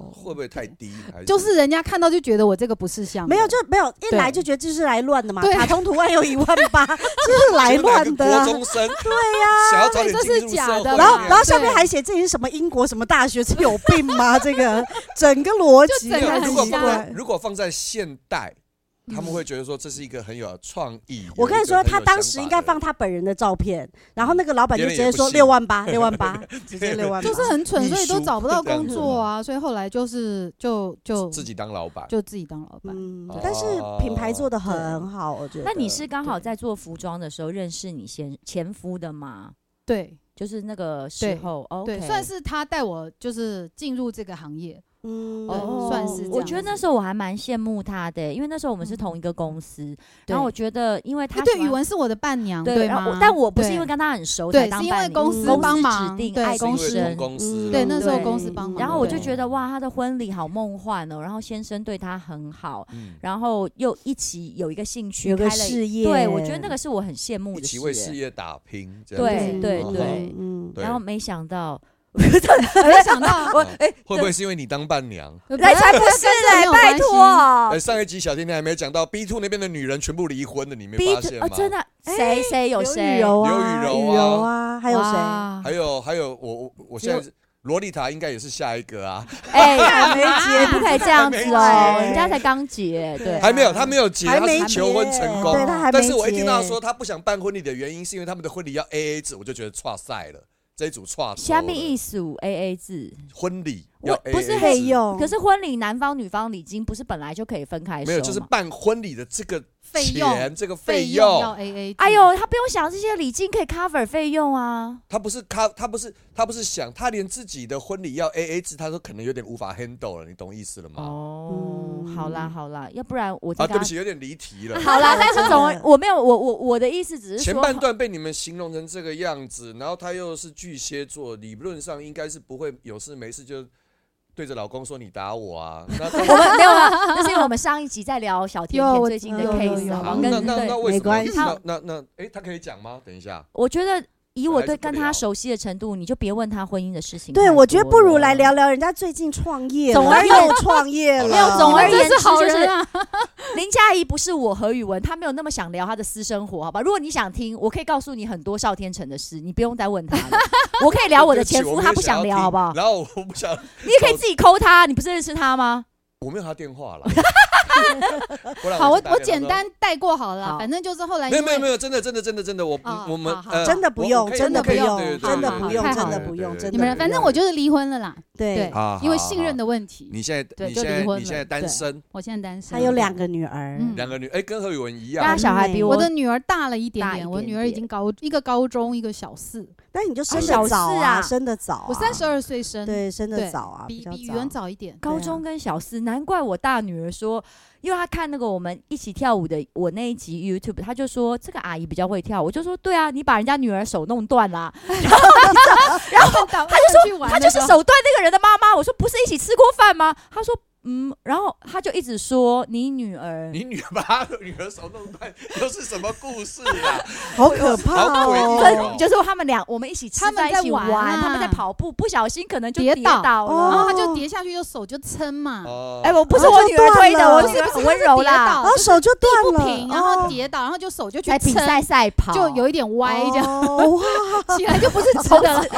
Speaker 3: 哦，
Speaker 4: 会不会太低？还
Speaker 5: 就是人家看到就觉得我这个不是像
Speaker 3: 没有就没有，一
Speaker 5: 对
Speaker 3: 来就觉得这是来乱的嘛。
Speaker 5: 对
Speaker 3: 卡通图案有一万 八，就是来乱的啊
Speaker 4: 国。中生，对呀，想要早点进入社
Speaker 5: 哎这是假
Speaker 4: 会啊
Speaker 5: 的，
Speaker 3: 然后，
Speaker 5: 对
Speaker 3: 然后下面还写自己是什么英国什么大学，是有病吗？这个整个逻辑
Speaker 5: 就整个
Speaker 3: 很
Speaker 4: 没有如果
Speaker 3: 奇
Speaker 4: 放
Speaker 3: 怪
Speaker 4: 在。如果放在现代，他们会觉得说这是一个很有创意。
Speaker 3: 我跟你说，
Speaker 4: 有一个
Speaker 3: 他
Speaker 4: 很有想
Speaker 3: 当时
Speaker 4: 法
Speaker 3: 应
Speaker 4: 的
Speaker 3: 该放他本人的照片，然后那个老板就直接说
Speaker 4: 别人也
Speaker 3: 六
Speaker 4: 不
Speaker 3: 万 八，六万八，直接六万八。
Speaker 5: 就是很蠢，
Speaker 4: 艺
Speaker 5: 所以都
Speaker 4: 术
Speaker 5: 找不到
Speaker 4: 这样
Speaker 5: 工
Speaker 4: 子
Speaker 5: 作啊，所以后来就是就就
Speaker 4: 自己当老板。
Speaker 5: 就自己当老板。
Speaker 3: 嗯
Speaker 4: 对，
Speaker 3: 但是品牌做的很好，我觉得。
Speaker 2: 那你是刚好在做服装的时候认识你先前夫的吗？
Speaker 5: 对
Speaker 2: 就是那个时
Speaker 5: 对
Speaker 2: 候，OK，
Speaker 5: 对，算是他带我就是进入这个行业。
Speaker 3: 嗯
Speaker 5: 对
Speaker 2: 哦
Speaker 5: 算是这
Speaker 2: 我
Speaker 5: 样
Speaker 2: 觉得那
Speaker 5: 子
Speaker 2: 时候我还蛮羡慕他的，欸因为那时候我们是
Speaker 5: 嗯
Speaker 2: 同一个公司，
Speaker 5: 对
Speaker 2: 然后我觉得因为
Speaker 5: 他
Speaker 2: 他
Speaker 5: 对
Speaker 2: 喜
Speaker 5: 语
Speaker 2: 欢
Speaker 5: 文是我的伴娘，
Speaker 2: 对，然后
Speaker 5: 吗
Speaker 2: 我？但我不是因为
Speaker 5: 对
Speaker 2: 跟他很熟才
Speaker 5: 对，
Speaker 2: 当
Speaker 5: 是因为
Speaker 2: 伴
Speaker 5: 公
Speaker 2: 侣
Speaker 5: 司
Speaker 2: 公
Speaker 5: 帮
Speaker 2: 司
Speaker 5: 忙，
Speaker 2: 指定
Speaker 5: 对
Speaker 2: 爱
Speaker 4: 是因
Speaker 2: 公
Speaker 4: 为
Speaker 2: 生
Speaker 4: 同。公
Speaker 3: 嗯
Speaker 4: 司啦，
Speaker 5: 对，那时候
Speaker 2: 对
Speaker 5: 公司帮忙。
Speaker 2: 然后我就
Speaker 5: 对
Speaker 2: 觉得哇，他的婚礼好梦幻哦，然后先生对他很好，
Speaker 4: 嗯，
Speaker 2: 然后又一起有一个兴趣，
Speaker 3: 有个
Speaker 2: 开了
Speaker 3: 事业，
Speaker 2: 对我觉得那个是我很羡慕的
Speaker 4: 一起为
Speaker 2: 事
Speaker 4: 事
Speaker 2: 欸。
Speaker 4: 业打拼，这样
Speaker 2: 对
Speaker 4: 子
Speaker 2: 对
Speaker 4: 嗯
Speaker 2: 对，
Speaker 3: 嗯，
Speaker 4: 对
Speaker 2: 然后没想到，
Speaker 5: 没想到，
Speaker 2: 我
Speaker 4: 嗯
Speaker 2: 哎，
Speaker 4: 会不会是因为你当伴娘？
Speaker 2: 来才不是嘞，拜托
Speaker 4: 哎，上一集小甜甜还没讲到 B two 那边的女人全部离婚的，你没
Speaker 2: ，B
Speaker 4: 发现
Speaker 2: 哦
Speaker 4: 吗？
Speaker 2: 真的，谁谁有
Speaker 3: 刘雨
Speaker 2: 谁？
Speaker 3: 柔啊，
Speaker 4: 刘雨柔啊
Speaker 3: 雨柔啊，还有谁？
Speaker 4: 还有还有，我我我现在是洛丽塔应该也是下一个啊，
Speaker 2: 哎，还没 结，不可以这样子哦
Speaker 3: 还，没结
Speaker 2: 人家才刚结，对
Speaker 3: 对啊
Speaker 4: 还没有，她没有结，
Speaker 3: 还
Speaker 4: 她
Speaker 3: 没
Speaker 4: 是求婚成功
Speaker 3: 对。他还没
Speaker 4: 但是我一
Speaker 3: 结
Speaker 4: 听到说她不想办婚礼的原因是因为他们的婚礼要 A A 制，我就觉得差赛了，这一组差。
Speaker 2: 下面意思 A A 制，
Speaker 4: 婚礼要
Speaker 2: 我
Speaker 4: A A
Speaker 2: 不是
Speaker 3: 费用，
Speaker 2: 可是婚礼男方女方礼金不是本来就可以分开收
Speaker 4: 哦没有，就是
Speaker 2: 吗
Speaker 4: 办婚礼的这个
Speaker 5: 费用
Speaker 4: 钱，这个
Speaker 5: 费
Speaker 4: 费
Speaker 5: 用要
Speaker 4: 用，
Speaker 5: A A。
Speaker 2: 哎，呦，他不用想这些礼金可以 cover 费用啊。
Speaker 4: 他不是他他不是他不是想，他连自己的婚礼要 A A 制，他说可能有点无法 handle 了，你懂意思了吗？
Speaker 2: 哦，
Speaker 3: 嗯
Speaker 2: 好啦好啦，要不然我再
Speaker 4: 啊，
Speaker 2: 跟
Speaker 4: 对
Speaker 2: 他
Speaker 4: 不起，有点离 题了。
Speaker 2: 好 啦，但是总而
Speaker 3: 真的
Speaker 2: 我没有我我我的意思只是
Speaker 4: 前
Speaker 2: 说，
Speaker 4: 半段被你们形容成这个样子，然后他又是巨蟹座，理论上应该是不会有事没事就对着老公说你打我啊。那
Speaker 2: 我们没有啦，那是因为我们上一集在聊小甜
Speaker 5: 有
Speaker 2: 甜
Speaker 5: 我
Speaker 2: 最近的
Speaker 3: 有有
Speaker 2: case
Speaker 3: 有
Speaker 2: 啊，
Speaker 4: 好
Speaker 2: 王
Speaker 4: 嗯那
Speaker 2: 跟
Speaker 4: 那那那
Speaker 2: 对，
Speaker 4: 为什
Speaker 3: 没
Speaker 4: 么？
Speaker 3: 关系
Speaker 4: 那那那哎，他可以讲吗？等一下，
Speaker 2: 我觉得以我
Speaker 4: 还
Speaker 2: 对
Speaker 4: 是不
Speaker 2: 跟他
Speaker 4: 聊
Speaker 2: 熟悉的程度，你就别问他婚姻的事情太多
Speaker 3: 对，
Speaker 2: 了。
Speaker 3: 我觉得不如来聊聊人家最近创业了，
Speaker 2: 总而言
Speaker 3: 又创业
Speaker 4: 没有
Speaker 3: 了，
Speaker 2: 总而
Speaker 5: 真
Speaker 2: 言之
Speaker 5: 是好
Speaker 2: 就是
Speaker 5: 人啊！
Speaker 2: 林佳怡不是我和宇文，她没有那么想聊她的私生活，好吧？如果你想听，我可以告诉你很多邵天成的事，你不用再问他 了。我可以聊我的前
Speaker 4: 对
Speaker 2: 夫，
Speaker 4: 不起
Speaker 2: 他不想
Speaker 4: 我没有
Speaker 2: 聊，
Speaker 4: 要
Speaker 2: 好不好
Speaker 4: 听？然后我不想，
Speaker 2: 你也可以自己抠他，你不是认识他吗？
Speaker 4: 我没有他电话了。不然
Speaker 5: 好，我
Speaker 4: 就打
Speaker 5: 我
Speaker 4: 给他
Speaker 5: 简
Speaker 4: 说
Speaker 5: 单带过好了
Speaker 2: 好
Speaker 5: 啦，反正就是后来
Speaker 4: 没有
Speaker 5: 因
Speaker 4: 没有
Speaker 5: 为
Speaker 4: 没有，真的真的真的真的，我不
Speaker 5: 哦
Speaker 4: 我们
Speaker 5: 好好
Speaker 4: 呃
Speaker 3: 真的不
Speaker 4: 我
Speaker 3: 用
Speaker 4: 我可以
Speaker 3: 真的
Speaker 4: 我可以
Speaker 5: 不用
Speaker 4: 对对对
Speaker 5: 真的不用
Speaker 4: 对对
Speaker 5: 真的
Speaker 4: 对
Speaker 3: 不
Speaker 4: 对
Speaker 3: 用
Speaker 4: 对
Speaker 3: 真
Speaker 5: 你
Speaker 3: 的
Speaker 5: 们
Speaker 3: 不
Speaker 5: 反正我就是离婚了啦，对
Speaker 3: 对，
Speaker 4: 啊
Speaker 5: 因为
Speaker 4: 好
Speaker 5: 信任
Speaker 4: 好
Speaker 5: 的问题，
Speaker 4: 你现在
Speaker 5: 对
Speaker 4: 你
Speaker 5: 就
Speaker 4: 现在
Speaker 5: 离婚
Speaker 4: 你现在
Speaker 5: 了
Speaker 4: 单
Speaker 5: 对
Speaker 4: 身，
Speaker 5: 我现在单身，
Speaker 3: 他有两个女儿，
Speaker 5: 嗯
Speaker 4: 两个女哎跟何宇文一
Speaker 2: 但他
Speaker 4: 样
Speaker 5: 啊
Speaker 3: 嗯，
Speaker 2: 小孩比
Speaker 5: 我
Speaker 2: 我啊
Speaker 5: 的女儿大了一点
Speaker 2: 大一
Speaker 5: 点，我
Speaker 2: 点
Speaker 5: 女儿已
Speaker 2: 点
Speaker 5: 经高一个高中，一个小四，
Speaker 3: 那你就生
Speaker 4: 啊小
Speaker 3: 的
Speaker 4: 四
Speaker 3: 早
Speaker 2: 啊
Speaker 3: 生的早啊，
Speaker 5: 我三十二岁生，
Speaker 3: 对，生的
Speaker 5: 对
Speaker 3: 早啊，
Speaker 5: 比
Speaker 3: 较
Speaker 5: 比语文早一点。
Speaker 2: 高中跟小四，难怪我大女儿说，因为她看那个我们一起跳舞的我那一集 YouTube，她就说这个阿姨比较会跳，我就说对啊，你把人家女儿手弄断啊啦，
Speaker 5: 然后他
Speaker 2: 她就说她就是手段那个人的妈妈。我说不是一起吃过饭吗？她说嗯，然后他就一直说你女儿，
Speaker 4: 你女儿把她的女儿手弄断，又是什么故事啊？
Speaker 3: 好可怕
Speaker 4: 好诡
Speaker 3: 哦！
Speaker 4: 异哦
Speaker 2: 跟就是他们俩我们一起吃
Speaker 5: 他们
Speaker 2: 在一
Speaker 5: 在
Speaker 2: 起
Speaker 5: 玩
Speaker 2: 玩，
Speaker 5: 啊
Speaker 2: 他们在跑步，不小心可能就
Speaker 5: 跌
Speaker 2: 跌
Speaker 5: 倒
Speaker 2: 倒
Speaker 5: 然
Speaker 2: 了。
Speaker 3: 哦
Speaker 5: 后他就跌下去，就手就撑嘛，
Speaker 4: 哦，
Speaker 2: 哎，我不是
Speaker 3: 然后
Speaker 2: 我
Speaker 3: 就
Speaker 2: 女儿推
Speaker 3: 断
Speaker 2: 的，
Speaker 3: 了
Speaker 2: 我女儿很温柔啦，
Speaker 3: 然后手就
Speaker 5: 不
Speaker 3: 断了，
Speaker 5: 平，然后
Speaker 3: 哦
Speaker 5: 跌倒，然后就手就去
Speaker 2: 在比
Speaker 5: 撑，
Speaker 2: 赛赛跑，
Speaker 5: 就 有一点歪这样，
Speaker 3: 哦哇，
Speaker 5: 起来就不是
Speaker 2: 真
Speaker 5: 直的
Speaker 2: 的
Speaker 5: 了。
Speaker 2: 是。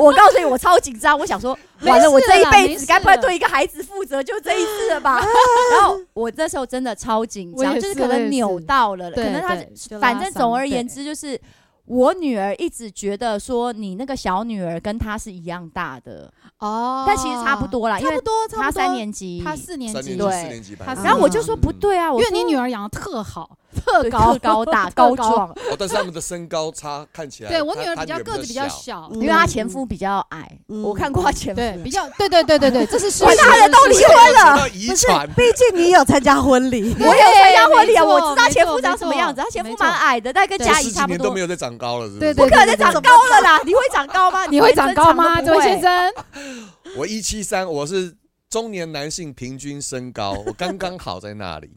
Speaker 2: 我告诉你，我超紧张，我想说，
Speaker 5: 没
Speaker 2: 完了，我
Speaker 5: 事
Speaker 2: 这一
Speaker 5: 了
Speaker 2: 辈
Speaker 5: 没
Speaker 2: 子
Speaker 5: 事
Speaker 2: 该不会
Speaker 5: 了
Speaker 2: 对一个孩子负责，就这一次 了吧？然后我那时候真的超紧
Speaker 5: 我
Speaker 2: 张，
Speaker 5: 也
Speaker 2: 就是
Speaker 5: 是
Speaker 2: 可
Speaker 5: 我也
Speaker 2: 能扭
Speaker 5: 是
Speaker 2: 到了，可
Speaker 5: 对
Speaker 2: 能他
Speaker 5: 对就
Speaker 2: 反
Speaker 5: 拉
Speaker 2: 正
Speaker 5: 伤
Speaker 2: 总而
Speaker 5: 对
Speaker 2: 言之就是。我女儿一直觉得说你那个小女儿跟她是一样大的，
Speaker 5: 哦，
Speaker 2: 但其实差不，多啦，因
Speaker 5: 差
Speaker 2: 为
Speaker 5: 不多，差不
Speaker 2: 她
Speaker 5: 多
Speaker 2: 三，年级，
Speaker 5: 他四年
Speaker 4: 三
Speaker 5: 级，
Speaker 4: 年级、
Speaker 2: 对
Speaker 4: 四年级班，
Speaker 5: 她
Speaker 2: 然后我就说
Speaker 4: 嗯
Speaker 2: 不，对啊，
Speaker 5: 因
Speaker 2: 我
Speaker 5: 为你
Speaker 2: 说
Speaker 5: 女儿养的特好，
Speaker 2: 特高高大高
Speaker 5: 特高嗯
Speaker 2: 壮，
Speaker 4: 哦但是他们的身高差看起来，
Speaker 5: 对我
Speaker 4: 她
Speaker 5: 女儿
Speaker 4: 啊她
Speaker 5: 比较个子比较
Speaker 4: 小，
Speaker 5: 小，
Speaker 3: 嗯
Speaker 2: 因为她前夫比较矮，
Speaker 3: 嗯
Speaker 2: 我看过她前夫，
Speaker 5: 对，比较，对对对对对，这是事
Speaker 2: 我
Speaker 5: 实。
Speaker 2: 大人都
Speaker 5: 这是
Speaker 2: 离
Speaker 5: 事实
Speaker 2: 婚了，
Speaker 4: 那 遗
Speaker 3: 不是
Speaker 4: 传，
Speaker 3: 毕竟你有参加婚礼，
Speaker 2: 我有参加婚礼啊，
Speaker 5: 对
Speaker 2: 我知道
Speaker 5: 没错
Speaker 2: 前夫长什么样子，
Speaker 5: 没
Speaker 2: 他
Speaker 5: 错
Speaker 2: 前夫
Speaker 5: 没错
Speaker 2: 蛮矮的，大概跟
Speaker 5: 对
Speaker 2: 嘉怡
Speaker 4: 十几
Speaker 2: 差不
Speaker 4: 年都
Speaker 2: 多
Speaker 4: 没。有再长高了，是不是？
Speaker 5: 对
Speaker 2: 不
Speaker 5: 对
Speaker 2: 可能长高了啦！你会长高吗？
Speaker 5: 你会长高吗，
Speaker 2: 连正
Speaker 5: 这位
Speaker 2: 常
Speaker 5: 先
Speaker 2: 都不会？
Speaker 5: 生？
Speaker 4: 我一七三，我是中年男性平均身高，我刚刚好在那里。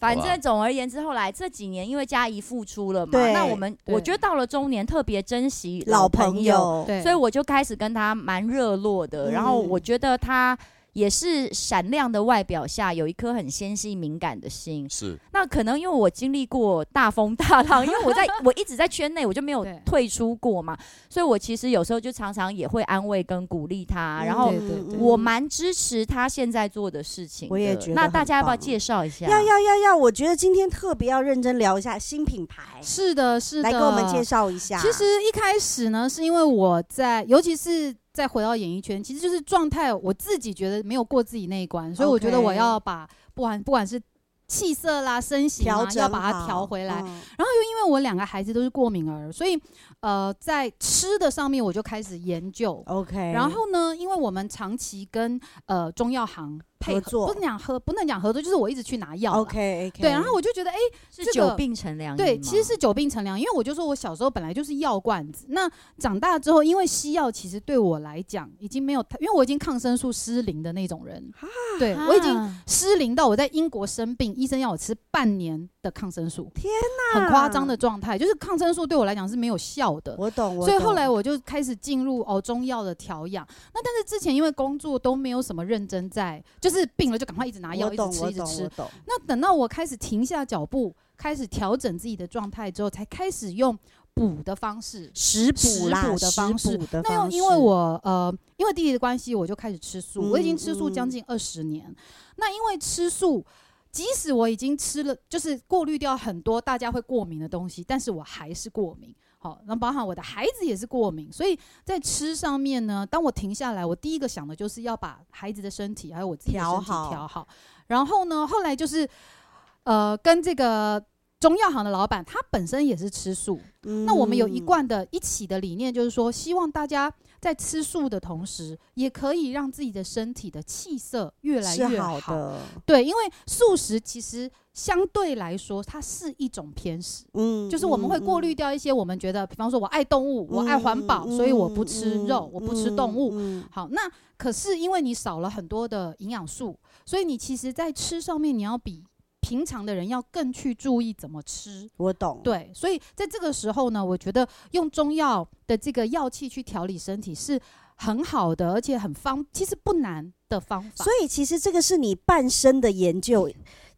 Speaker 2: 反
Speaker 4: 好吧
Speaker 2: 正总而言之，后来这几年因为嘉怡付出了嘛，
Speaker 3: 对
Speaker 2: 那我们
Speaker 5: 对
Speaker 2: 我觉得到了中年特别珍惜
Speaker 3: 老
Speaker 2: 朋
Speaker 3: 朋，友，
Speaker 5: 对，
Speaker 2: 所以我就开始跟他蛮热络的。
Speaker 3: 嗯
Speaker 2: 然后我觉得他也是闪亮的外表下有一颗很纤细敏感的心。
Speaker 4: 是，
Speaker 2: 那可能因为我经历过大风 大浪，因为我在我一直在圈内，我就没有
Speaker 5: 对
Speaker 2: 退出过嘛，所以我其实有时候就常常也会安慰跟鼓励
Speaker 3: 嗯
Speaker 2: 他，啊然后
Speaker 5: 对对对
Speaker 2: 我蛮支持他现在做的事情的。
Speaker 3: 我也觉得
Speaker 2: 那
Speaker 3: 很
Speaker 2: 大家要不要
Speaker 3: 棒
Speaker 2: 介绍一下？
Speaker 3: 要要要要，我觉得今天特别要认真聊一下新品牌，
Speaker 5: 是的，是的，
Speaker 3: 来给我们介绍一下。
Speaker 5: 其实一开始呢，是因为我在，尤其是再回到演艺圈，其实就是状态，我自己觉得没有过自己那一关，所以我觉得
Speaker 3: OK
Speaker 5: 我要把不管不管是气色啦、身形
Speaker 3: 调
Speaker 5: 啊，
Speaker 3: 整
Speaker 5: 要把它
Speaker 3: 好
Speaker 5: 调回来。
Speaker 3: 嗯
Speaker 5: 然后又因为我两个孩子都是过敏儿，所以呃，在吃的上面我就开始研究。
Speaker 3: OK，
Speaker 5: 然后呢，因为我们长期跟呃中药行配
Speaker 3: 合
Speaker 5: 合，
Speaker 3: 作
Speaker 5: 不能讲合，不能讲合作，就是我一直去拿药啦。
Speaker 3: OK OK，
Speaker 5: 对，然后我就觉得，哎，
Speaker 2: 是
Speaker 5: 这
Speaker 2: 久
Speaker 5: 个
Speaker 2: 病成良医
Speaker 5: 对，其实
Speaker 2: 吗
Speaker 5: 是久病成良，因为我就说我小时候本来就是药罐子，那长大之后，因为西药其实对我来讲已经没有太，因为我已经抗生素失灵的那种人，对我已经
Speaker 2: 啊
Speaker 5: 失灵到我在英国生病，医生要我吃半年的抗生素，
Speaker 3: 天
Speaker 5: 很夸张的状态，就是抗生素对我来讲是没有效的。
Speaker 3: 我懂，我
Speaker 5: 所以后
Speaker 3: 懂
Speaker 5: 来我就开始进入哦中药的调养，那但是之前因为工作都没有什么认真在，就是病了就赶快一直拿药，
Speaker 3: 我
Speaker 5: 一直
Speaker 3: 懂
Speaker 5: 吃
Speaker 3: 我
Speaker 5: 一直
Speaker 3: 懂
Speaker 5: 吃
Speaker 3: 我，懂，
Speaker 5: 那等到我开始停下脚步，开始调整自己的状态之后，才开始用补的方式。
Speaker 3: 食补
Speaker 5: 食
Speaker 3: 啦，
Speaker 5: 补的
Speaker 3: 食
Speaker 5: 方式
Speaker 3: 补的
Speaker 5: 那又
Speaker 3: 方
Speaker 5: 因为
Speaker 3: 式
Speaker 5: 我呃，因为弟弟的关系，我就开始吃素。我已经
Speaker 3: 嗯
Speaker 5: 吃素将
Speaker 3: 嗯
Speaker 5: 近二十年。那因为吃素，即使我已经吃了，就是过滤掉很多大家会过敏的东西，但是我还是过敏。好，那包含我的孩子也是过敏，所以在吃上面呢，当我停下来，我第一个想的就是要把孩子的身体还有我自己的身
Speaker 3: 调
Speaker 5: 体
Speaker 3: 好
Speaker 5: 调好。然后呢，后来就是呃，跟这个中药行的老板，他本身也是吃素。那我们有一
Speaker 3: 嗯
Speaker 5: 贯的一起的理念，就是说，希望大家在吃素的同时，也可以让自己的身体的气色越来
Speaker 3: 是
Speaker 5: 越
Speaker 3: 好的，
Speaker 5: 对，因为素食其实相对来说，它是一种偏食。
Speaker 3: 嗯
Speaker 5: 就是我们会过滤，掉一些我们觉得，比方说我爱动物，我爱环
Speaker 3: 嗯
Speaker 5: 保，所以我不吃肉，我不吃动物，
Speaker 3: 物，
Speaker 5: 好，那可是因为你少了很多的营养素，所以你其实在吃上面你要比平常的人要更去注意怎么吃。
Speaker 3: 我懂，
Speaker 5: 对，所以在这个时候呢，我觉得用中药的这个药气去调理身体是很好的，而且很方，其实不难的方法。
Speaker 3: 所以其实这个是你半生的研究，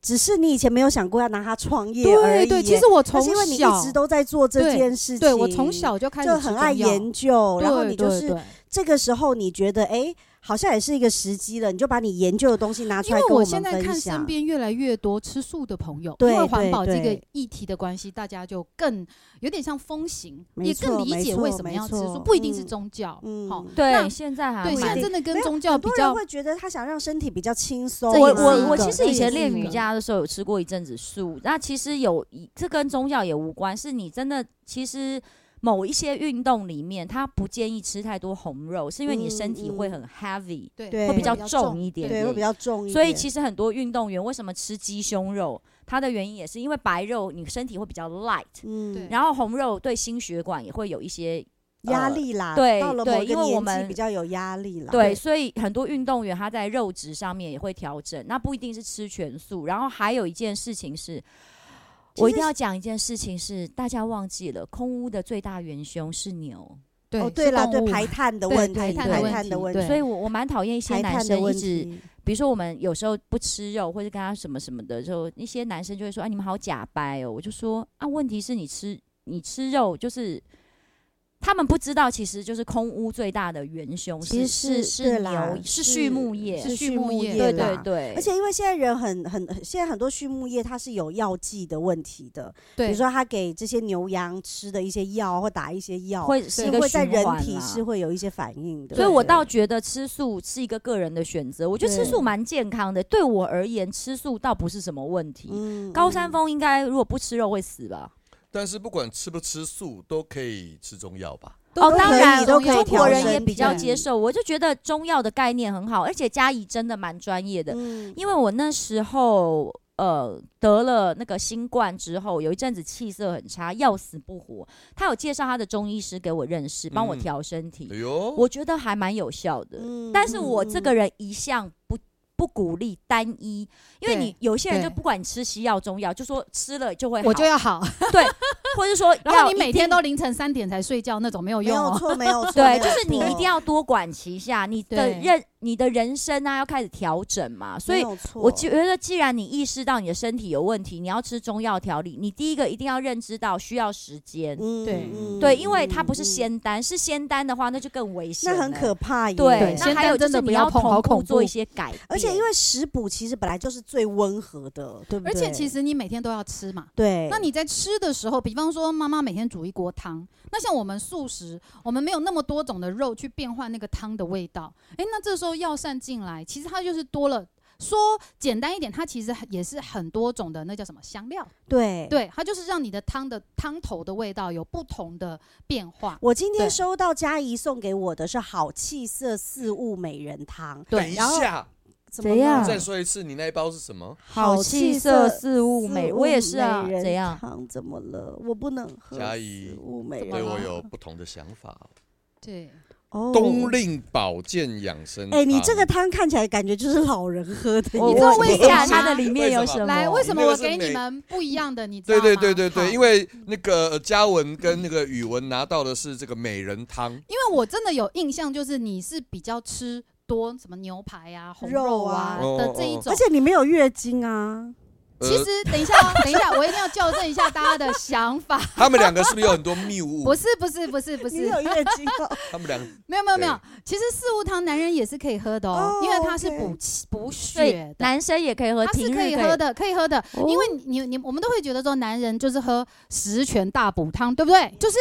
Speaker 3: 只是你以前没有想过要拿它创业而
Speaker 5: 对
Speaker 3: 已。
Speaker 5: 对，其实我从
Speaker 3: 那是因为你
Speaker 5: 小
Speaker 3: 一直都在做这件事情，
Speaker 5: 对我从小就开始
Speaker 3: 就
Speaker 5: 吃
Speaker 3: 很
Speaker 5: 中
Speaker 3: 爱
Speaker 5: 药
Speaker 3: 研究，然后
Speaker 5: 对
Speaker 3: 你就
Speaker 5: 对
Speaker 3: 是
Speaker 5: 对
Speaker 3: 这个时候你觉得哎、诶好像也是一个时机了，你就把你研究的东西拿出
Speaker 5: 因
Speaker 3: 来
Speaker 5: 为
Speaker 3: 跟
Speaker 5: 现
Speaker 3: 们
Speaker 5: 在看
Speaker 3: 分
Speaker 5: 身
Speaker 3: 享。
Speaker 5: 边越来越多吃素的朋友，因
Speaker 3: 对
Speaker 5: 为环
Speaker 3: 对
Speaker 5: 保这个
Speaker 3: 对
Speaker 5: 议题的关系，大家就更有点像风行，
Speaker 3: 没
Speaker 5: 也更
Speaker 3: 错
Speaker 5: 理
Speaker 3: 没
Speaker 5: 解
Speaker 3: 错
Speaker 5: 为什么
Speaker 3: 没
Speaker 5: 要吃素，
Speaker 3: 错
Speaker 5: 不一定是
Speaker 3: 嗯
Speaker 5: 宗教，
Speaker 3: 嗯
Speaker 5: 好，
Speaker 2: 对，
Speaker 5: 那
Speaker 2: 现在还
Speaker 5: 对，现
Speaker 2: 蛮
Speaker 5: 在真的
Speaker 3: 没
Speaker 5: 跟
Speaker 3: 有
Speaker 5: 宗教
Speaker 3: 很
Speaker 5: 比
Speaker 3: 多人
Speaker 5: 较，
Speaker 3: 会觉得他想让身体比较轻松
Speaker 5: 这
Speaker 3: 啊。
Speaker 2: 我
Speaker 5: 也是
Speaker 2: 我我
Speaker 5: 一
Speaker 2: 其
Speaker 5: 个
Speaker 2: 实以
Speaker 5: 这也
Speaker 2: 前
Speaker 5: 是
Speaker 2: 练
Speaker 5: 一
Speaker 2: 瑜
Speaker 5: 个
Speaker 2: 伽的时候有吃过一阵子素，那其实有一这跟宗教也无关，是你真的其实某一些运动里面，他不建议吃太多红肉，是因为你的身体会很 heavy，、
Speaker 5: 嗯对
Speaker 3: 对
Speaker 2: 会比较
Speaker 5: 比较
Speaker 2: 重
Speaker 5: 重
Speaker 2: 一点
Speaker 3: 对会比
Speaker 2: 点。
Speaker 3: 较重一点，
Speaker 2: 所以其实很多运动员为什么吃鸡胸肉，它的原因也是因为白肉你身体会比较 light，
Speaker 3: 嗯
Speaker 5: 对
Speaker 2: 然后红肉对心血管也会有一些
Speaker 3: 压
Speaker 4: 呃
Speaker 3: 力啦，
Speaker 2: 对
Speaker 3: 到了
Speaker 2: 对
Speaker 3: 某
Speaker 2: 因
Speaker 3: 个
Speaker 2: 为
Speaker 3: 年
Speaker 2: 我
Speaker 3: 纪
Speaker 2: 们
Speaker 3: 比较有压力了，
Speaker 2: 对，，所以很多运动员他在肉质上面也会调整，那不一定是吃全素。然后还有一件事情是，
Speaker 3: 其
Speaker 2: 我一定
Speaker 3: 实
Speaker 2: 要讲一件事情是，大家忘记了，空污的最大元凶是牛，
Speaker 5: 对
Speaker 3: 哦对啦，
Speaker 5: 是动
Speaker 3: 对
Speaker 5: 物
Speaker 3: 排碳的
Speaker 5: 对
Speaker 3: 问题，
Speaker 5: 排碳
Speaker 2: 的
Speaker 3: 排
Speaker 2: 问
Speaker 3: 碳的
Speaker 5: 题
Speaker 3: 问
Speaker 5: 对
Speaker 3: 题，
Speaker 2: 所以我我蛮讨厌一些
Speaker 3: 排
Speaker 2: 男
Speaker 3: 碳的
Speaker 2: 生一
Speaker 3: 问
Speaker 2: 直，
Speaker 3: 题，
Speaker 2: 比如说我们有时候不吃肉或者跟他什么什么的时候，一些男生就会说，哎，你们好假掰哦。我就说啊，问题是你吃你吃肉就是。他们不知道，其实就是空污最大的元凶
Speaker 3: 其
Speaker 2: 是
Speaker 3: 实
Speaker 2: 是
Speaker 3: 是
Speaker 2: 是
Speaker 3: 对啦
Speaker 2: 牛，是畜牧业，
Speaker 3: 是
Speaker 5: 畜
Speaker 3: 畜
Speaker 5: 牧
Speaker 3: 牧
Speaker 5: 业
Speaker 3: 业，
Speaker 2: 对
Speaker 5: 对
Speaker 2: 对
Speaker 3: 啦。
Speaker 2: 对，
Speaker 3: 而且因为现在人很很，现在很多畜牧业它是有药剂的问题的，比
Speaker 5: 对，
Speaker 3: 如说它给这些牛羊吃的一些药或打一些药，
Speaker 2: 会是一
Speaker 3: 是
Speaker 2: 个
Speaker 3: 会在
Speaker 2: 循
Speaker 3: 人
Speaker 2: 环
Speaker 3: 体
Speaker 2: 啦
Speaker 3: 是会有一些反应的。
Speaker 2: 所以我
Speaker 3: 对嗯
Speaker 2: 倒觉得吃素是一个个人的选择，我觉得吃素蛮健康的。对我而言，吃素倒不是什么问题。
Speaker 3: 嗯
Speaker 2: 高山峰应该如果不吃肉会死吧？
Speaker 4: 但是不管吃不吃素，都可以吃中药吧？
Speaker 2: 哦，
Speaker 3: 可
Speaker 2: 当
Speaker 3: 以
Speaker 2: 然，
Speaker 3: 都可以
Speaker 2: 中国
Speaker 3: 调
Speaker 2: 人也
Speaker 3: 身
Speaker 2: 比较
Speaker 3: 体
Speaker 2: 接受。我就觉得中药的概念很好，而且嘉怡真的蛮专业的，
Speaker 3: 嗯
Speaker 2: 因为我那时候。呃，得了那个新冠之后，有一阵子气色很差，要死不活。他有介绍他的中医师给我认识，帮我
Speaker 4: 嗯
Speaker 2: 调身体，
Speaker 4: 哎呦，
Speaker 2: 我觉得还蛮有效的。
Speaker 3: 嗯
Speaker 2: 但是我这个
Speaker 3: 人
Speaker 2: 人一向不不鼓励单一，因为你
Speaker 5: 对
Speaker 2: 有些人就
Speaker 5: 对
Speaker 2: 不管你吃西药中药，就说吃了就会好，
Speaker 5: 我就要好，
Speaker 2: 或者说
Speaker 5: 然后你
Speaker 2: 要
Speaker 5: 每
Speaker 2: 一定
Speaker 5: 天都凌晨三点才睡觉那种没有
Speaker 3: 嗯没
Speaker 5: 用
Speaker 3: 有
Speaker 5: 哦。
Speaker 3: 错，没 有错，没
Speaker 2: 对，就
Speaker 3: 有
Speaker 2: 是你一
Speaker 3: 错
Speaker 2: 定要多管齐下，你的
Speaker 5: 对
Speaker 2: 人你的人生啊要开始调整嘛，所
Speaker 3: 没
Speaker 2: 以。
Speaker 3: 有错
Speaker 2: 我觉得，既然你意识到你的身体有问题，你要吃中药调理，你第一个一定要认知到需要时间，
Speaker 3: 嗯
Speaker 5: 对
Speaker 3: 嗯
Speaker 2: 对，因为它
Speaker 3: 嗯
Speaker 2: 不是
Speaker 3: 嗯
Speaker 2: 仙丹，是仙丹的话那就更危险了，
Speaker 3: 那很可怕耶，
Speaker 2: 对。
Speaker 5: 仙
Speaker 2: 那
Speaker 5: 丹
Speaker 2: 还有就
Speaker 5: 真的
Speaker 2: 是
Speaker 5: 不
Speaker 2: 你
Speaker 5: 要碰好
Speaker 2: 同步
Speaker 5: 恐
Speaker 2: 做一
Speaker 5: 怖
Speaker 2: 些改变，
Speaker 3: 而且因为食补其实本来就是最温和的，对不
Speaker 5: 而
Speaker 3: 对？
Speaker 5: 且其
Speaker 3: 实
Speaker 5: 实你每天都要吃嘛，
Speaker 3: 对，
Speaker 5: 那你在吃的时候，比方说妈妈每天煮一锅汤，那像我们素食，我们没有那么多种的肉去变换那个汤的味道。诶，那这时候药膳进来，其实它就是多了。说简单一点，它其实也是很多种的，那叫什么香料？
Speaker 3: 对。
Speaker 5: 对，它就是让你的汤的汤头的味道有不同的变化。
Speaker 3: 我今天
Speaker 5: 对
Speaker 3: 收到佳怡送给我的是好气色四物美人汤，
Speaker 4: 等一
Speaker 3: 然后嗯
Speaker 4: 下，
Speaker 3: 怎么
Speaker 2: 怎样
Speaker 3: 了
Speaker 4: 再说一次，你那一包是什么？
Speaker 2: 好气色四物美，
Speaker 3: 四
Speaker 2: 我也是啊，
Speaker 3: 美人
Speaker 2: 怎 样？
Speaker 3: 汤怎么了？我不能喝
Speaker 4: 佳怡
Speaker 3: 四物美人
Speaker 5: 怎么
Speaker 4: 对
Speaker 3: 汤，
Speaker 4: 我有不同的想法哦。
Speaker 5: 对，
Speaker 3: 哦
Speaker 4: 冬令保健养生汤，
Speaker 3: 哎，你这个汤看起来感觉就是老人喝的耶，
Speaker 2: 我
Speaker 5: 知道
Speaker 2: 问
Speaker 5: 为
Speaker 2: 一
Speaker 5: 什
Speaker 2: 下
Speaker 5: 么
Speaker 2: 它
Speaker 5: 吗
Speaker 2: 的里面有什么？
Speaker 5: 来，为什么
Speaker 4: 那个
Speaker 5: 我
Speaker 4: 是
Speaker 5: 给你
Speaker 4: 美
Speaker 5: 们不一样的？你知道
Speaker 4: 对
Speaker 5: 吗？
Speaker 4: 对对对对，因
Speaker 5: 为
Speaker 4: 为那个呃嘉文跟那个宇文拿到的是这个美人汤，
Speaker 5: 因为我真的有印象，就是你是比较吃多什么牛排啊、红
Speaker 3: 肉
Speaker 5: 肉
Speaker 3: 啊
Speaker 5: 啊
Speaker 4: 哦
Speaker 5: 的
Speaker 4: 哦
Speaker 5: 这一
Speaker 4: 哦
Speaker 5: 种
Speaker 3: 而。且你没有月经啊，
Speaker 4: 呃
Speaker 5: 其实等一下、哦，等一下，我一定要校正一下大家的想 法。
Speaker 4: 他们两个是不是有很多谬误？
Speaker 5: 不是不是不是不
Speaker 3: 你
Speaker 5: 是，
Speaker 3: 有月经 哦
Speaker 4: 他们两个
Speaker 5: 没有没有没有，其实四物汤男人也是可以喝的哦，
Speaker 3: 哦
Speaker 5: 因为它是
Speaker 3: OK
Speaker 5: 补气补血
Speaker 2: 对，
Speaker 5: 的。
Speaker 2: 男生也可以喝，
Speaker 5: 它是
Speaker 2: 平日
Speaker 5: 可以喝，的，可以喝的，因为你你我们都会觉得说，男人就是喝十全大补汤，对不对？就是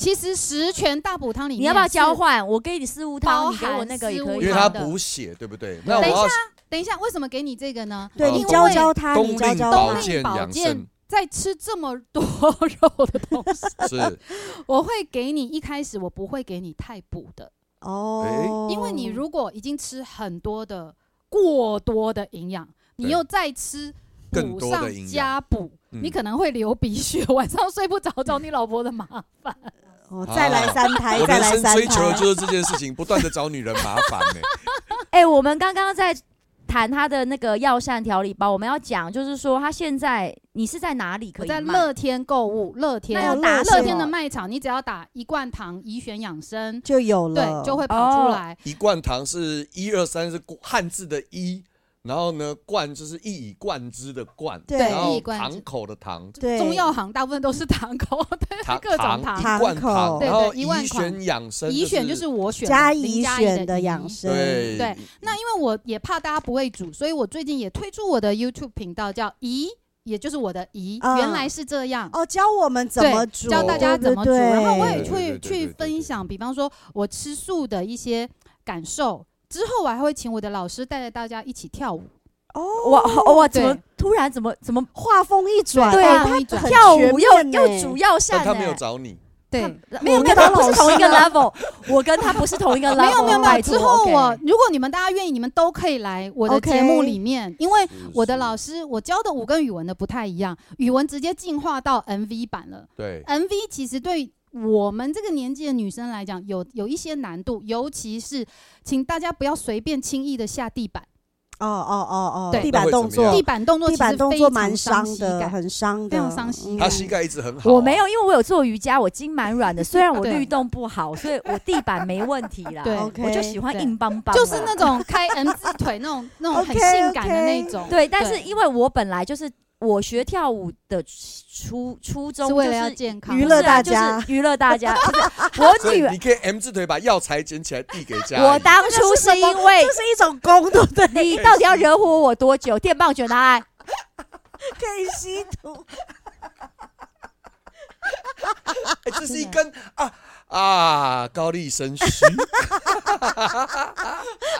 Speaker 5: 其实十全大补汤里面，
Speaker 2: 你要不要交？换？我给你四物
Speaker 5: 包
Speaker 2: 汤，你给我
Speaker 5: 含
Speaker 2: 那个
Speaker 5: 四
Speaker 2: 也可
Speaker 5: 物
Speaker 4: 因
Speaker 2: 以
Speaker 4: 为
Speaker 5: 汤
Speaker 2: 吧。
Speaker 4: 他
Speaker 5: 的
Speaker 4: 补血，对不对？那
Speaker 5: 等一
Speaker 4: 我
Speaker 5: 等一下，为什么给你这个呢？
Speaker 3: 对
Speaker 4: 哦
Speaker 3: 你教教他，
Speaker 4: 要
Speaker 3: 你
Speaker 4: 冬
Speaker 3: 教
Speaker 4: 令
Speaker 3: 教
Speaker 5: 冬
Speaker 4: 哦保
Speaker 3: 他
Speaker 5: 令，
Speaker 4: 健
Speaker 5: 保
Speaker 4: 养
Speaker 5: 健
Speaker 4: 生
Speaker 5: 在吃这么多肉的东西，
Speaker 4: 是
Speaker 5: 我会给你一开始我不会给你太补的，
Speaker 3: 哦，
Speaker 4: 哎
Speaker 5: 因为你如果已经吃很多的过多的营养，你
Speaker 4: 对
Speaker 5: 又再吃
Speaker 4: 更
Speaker 5: 补
Speaker 4: 多
Speaker 5: 上
Speaker 4: 的营 养。
Speaker 5: 加补，
Speaker 4: 嗯
Speaker 5: 你可能会流鼻血，晚上睡不着，找你老婆的麻烦。
Speaker 3: 哦再来
Speaker 4: 啊
Speaker 3: 三胎，
Speaker 4: 我
Speaker 3: 再
Speaker 4: 人
Speaker 3: 来
Speaker 4: 生
Speaker 3: 三
Speaker 4: 追求
Speaker 3: 胎
Speaker 4: 的，就是这件事情，不断的找女人麻烦呢。
Speaker 2: 哎，我们刚刚在谈他的那个药膳调理包，我们要讲就是说，他现在你是在哪 里可
Speaker 5: 我
Speaker 2: 以
Speaker 5: 在
Speaker 2: 卖
Speaker 5: 乐天购物，乐天
Speaker 2: 那要打
Speaker 5: 乐
Speaker 2: 什
Speaker 5: 天的
Speaker 2: 么
Speaker 5: 卖场，你只要打一罐糖怡选养生，
Speaker 3: 就有了，
Speaker 5: 对，就会跑
Speaker 2: 哦
Speaker 5: 出来。
Speaker 4: 一罐糖是一二三是汉字的一，然后呢罐就是一以贯之的贯，
Speaker 3: 对
Speaker 4: 然
Speaker 5: 一
Speaker 4: 后
Speaker 5: 以贯之
Speaker 4: 堂口的堂，
Speaker 3: 对
Speaker 5: 中药行大部分都 是糖口，对，
Speaker 4: 糖
Speaker 5: 各种
Speaker 4: 糖
Speaker 5: 糖。
Speaker 4: 一罐
Speaker 3: 堂口
Speaker 4: 糖，然后
Speaker 5: 对对一罐
Speaker 4: 怡选养生，
Speaker 5: 怡选就是我选的
Speaker 3: 加
Speaker 5: 林
Speaker 3: 以
Speaker 5: 怡
Speaker 3: 选的
Speaker 5: 怡
Speaker 3: 养生，
Speaker 4: 对
Speaker 5: 对那因为我也怕大家不会煮，所以我最近也推出我的 YouTube 频道叫怡，也就是我的怡，
Speaker 3: 嗯
Speaker 5: 原来是这样。
Speaker 3: 哦，教我们怎么煮，
Speaker 5: 教大家怎么煮，然后我也
Speaker 4: 对对对
Speaker 5: 去
Speaker 4: 对对
Speaker 5: 去
Speaker 4: 对
Speaker 5: 分享，比方说我吃素的一些感受。之后我还会请我的老师带着大家一起跳舞，
Speaker 2: 哇哦哇，怎
Speaker 5: 对
Speaker 2: 么突然怎么怎么
Speaker 3: 画风一转，哦
Speaker 2: 对啊
Speaker 5: 动一转
Speaker 3: 很
Speaker 2: 跳
Speaker 3: 全
Speaker 2: 舞又
Speaker 3: 面
Speaker 2: 又
Speaker 3: 呢
Speaker 2: 煮药膳
Speaker 4: 但他没有
Speaker 2: 呢？
Speaker 4: 找你，
Speaker 5: 对，
Speaker 2: 没有
Speaker 3: 我
Speaker 2: 没有，
Speaker 3: 跟他
Speaker 2: 他不
Speaker 3: 老
Speaker 2: 是同一个
Speaker 3: 师啊
Speaker 2: level，我跟他不是同一个 level。哦
Speaker 5: 没有没有没有。
Speaker 2: 拜
Speaker 5: 之
Speaker 2: 托
Speaker 5: 后
Speaker 2: ，OK
Speaker 5: 我如果你们大家愿意，你们都可以来我的
Speaker 3: OK
Speaker 5: 节目里面，因为
Speaker 4: 是
Speaker 5: 我的
Speaker 4: 是
Speaker 5: 老师我教的舞跟语文的不太一样，语文直接进化到 MV 版了。
Speaker 4: 对
Speaker 5: MV 其实对我们这个年纪的女生来讲，有有一些难度，尤其是请大家不要随便轻易的下地板，
Speaker 3: 哦哦哦哦，
Speaker 5: 对
Speaker 3: 地板动
Speaker 4: 那
Speaker 3: 作，
Speaker 4: 会
Speaker 5: 地板动作
Speaker 3: 地
Speaker 5: 其实
Speaker 3: 板动作
Speaker 5: 非常
Speaker 3: 蛮
Speaker 5: 伤
Speaker 3: 伤
Speaker 5: 膝
Speaker 3: 的，
Speaker 5: 盖。
Speaker 3: 很伤的，
Speaker 5: 非常伤膝
Speaker 3: 嗯
Speaker 4: 他膝盖一直很好、啊
Speaker 2: 我没有，因为我有做瑜伽，我筋蛮软的。虽然 我
Speaker 5: 对
Speaker 2: 律动不好，所以我地板没问题啦。
Speaker 5: 对
Speaker 3: ，OK，
Speaker 2: 我就喜欢
Speaker 5: 对
Speaker 2: 硬邦啊邦的，
Speaker 5: 就是那种开 M 字腿那 种那种很
Speaker 3: OK，OK
Speaker 5: 性感的那种，
Speaker 2: 对。但是因为我本来就是我学跳舞的初初衷
Speaker 5: 是
Speaker 2: 就
Speaker 5: 为了要
Speaker 2: 是
Speaker 5: 健康
Speaker 3: 娱乐
Speaker 2: 是啊
Speaker 3: 大家
Speaker 2: 就是娱乐大家。不是我
Speaker 4: 所以
Speaker 2: 女
Speaker 4: 你可以 M 字腿把药材捡起来递给家里。
Speaker 2: 我当初是因为
Speaker 3: 这是一种功，对不对？
Speaker 2: 你到底要惹火我多久？电棒卷拿来，
Speaker 3: 可以吸毒，
Speaker 4: 哎这是一根啊啊高丽 参须，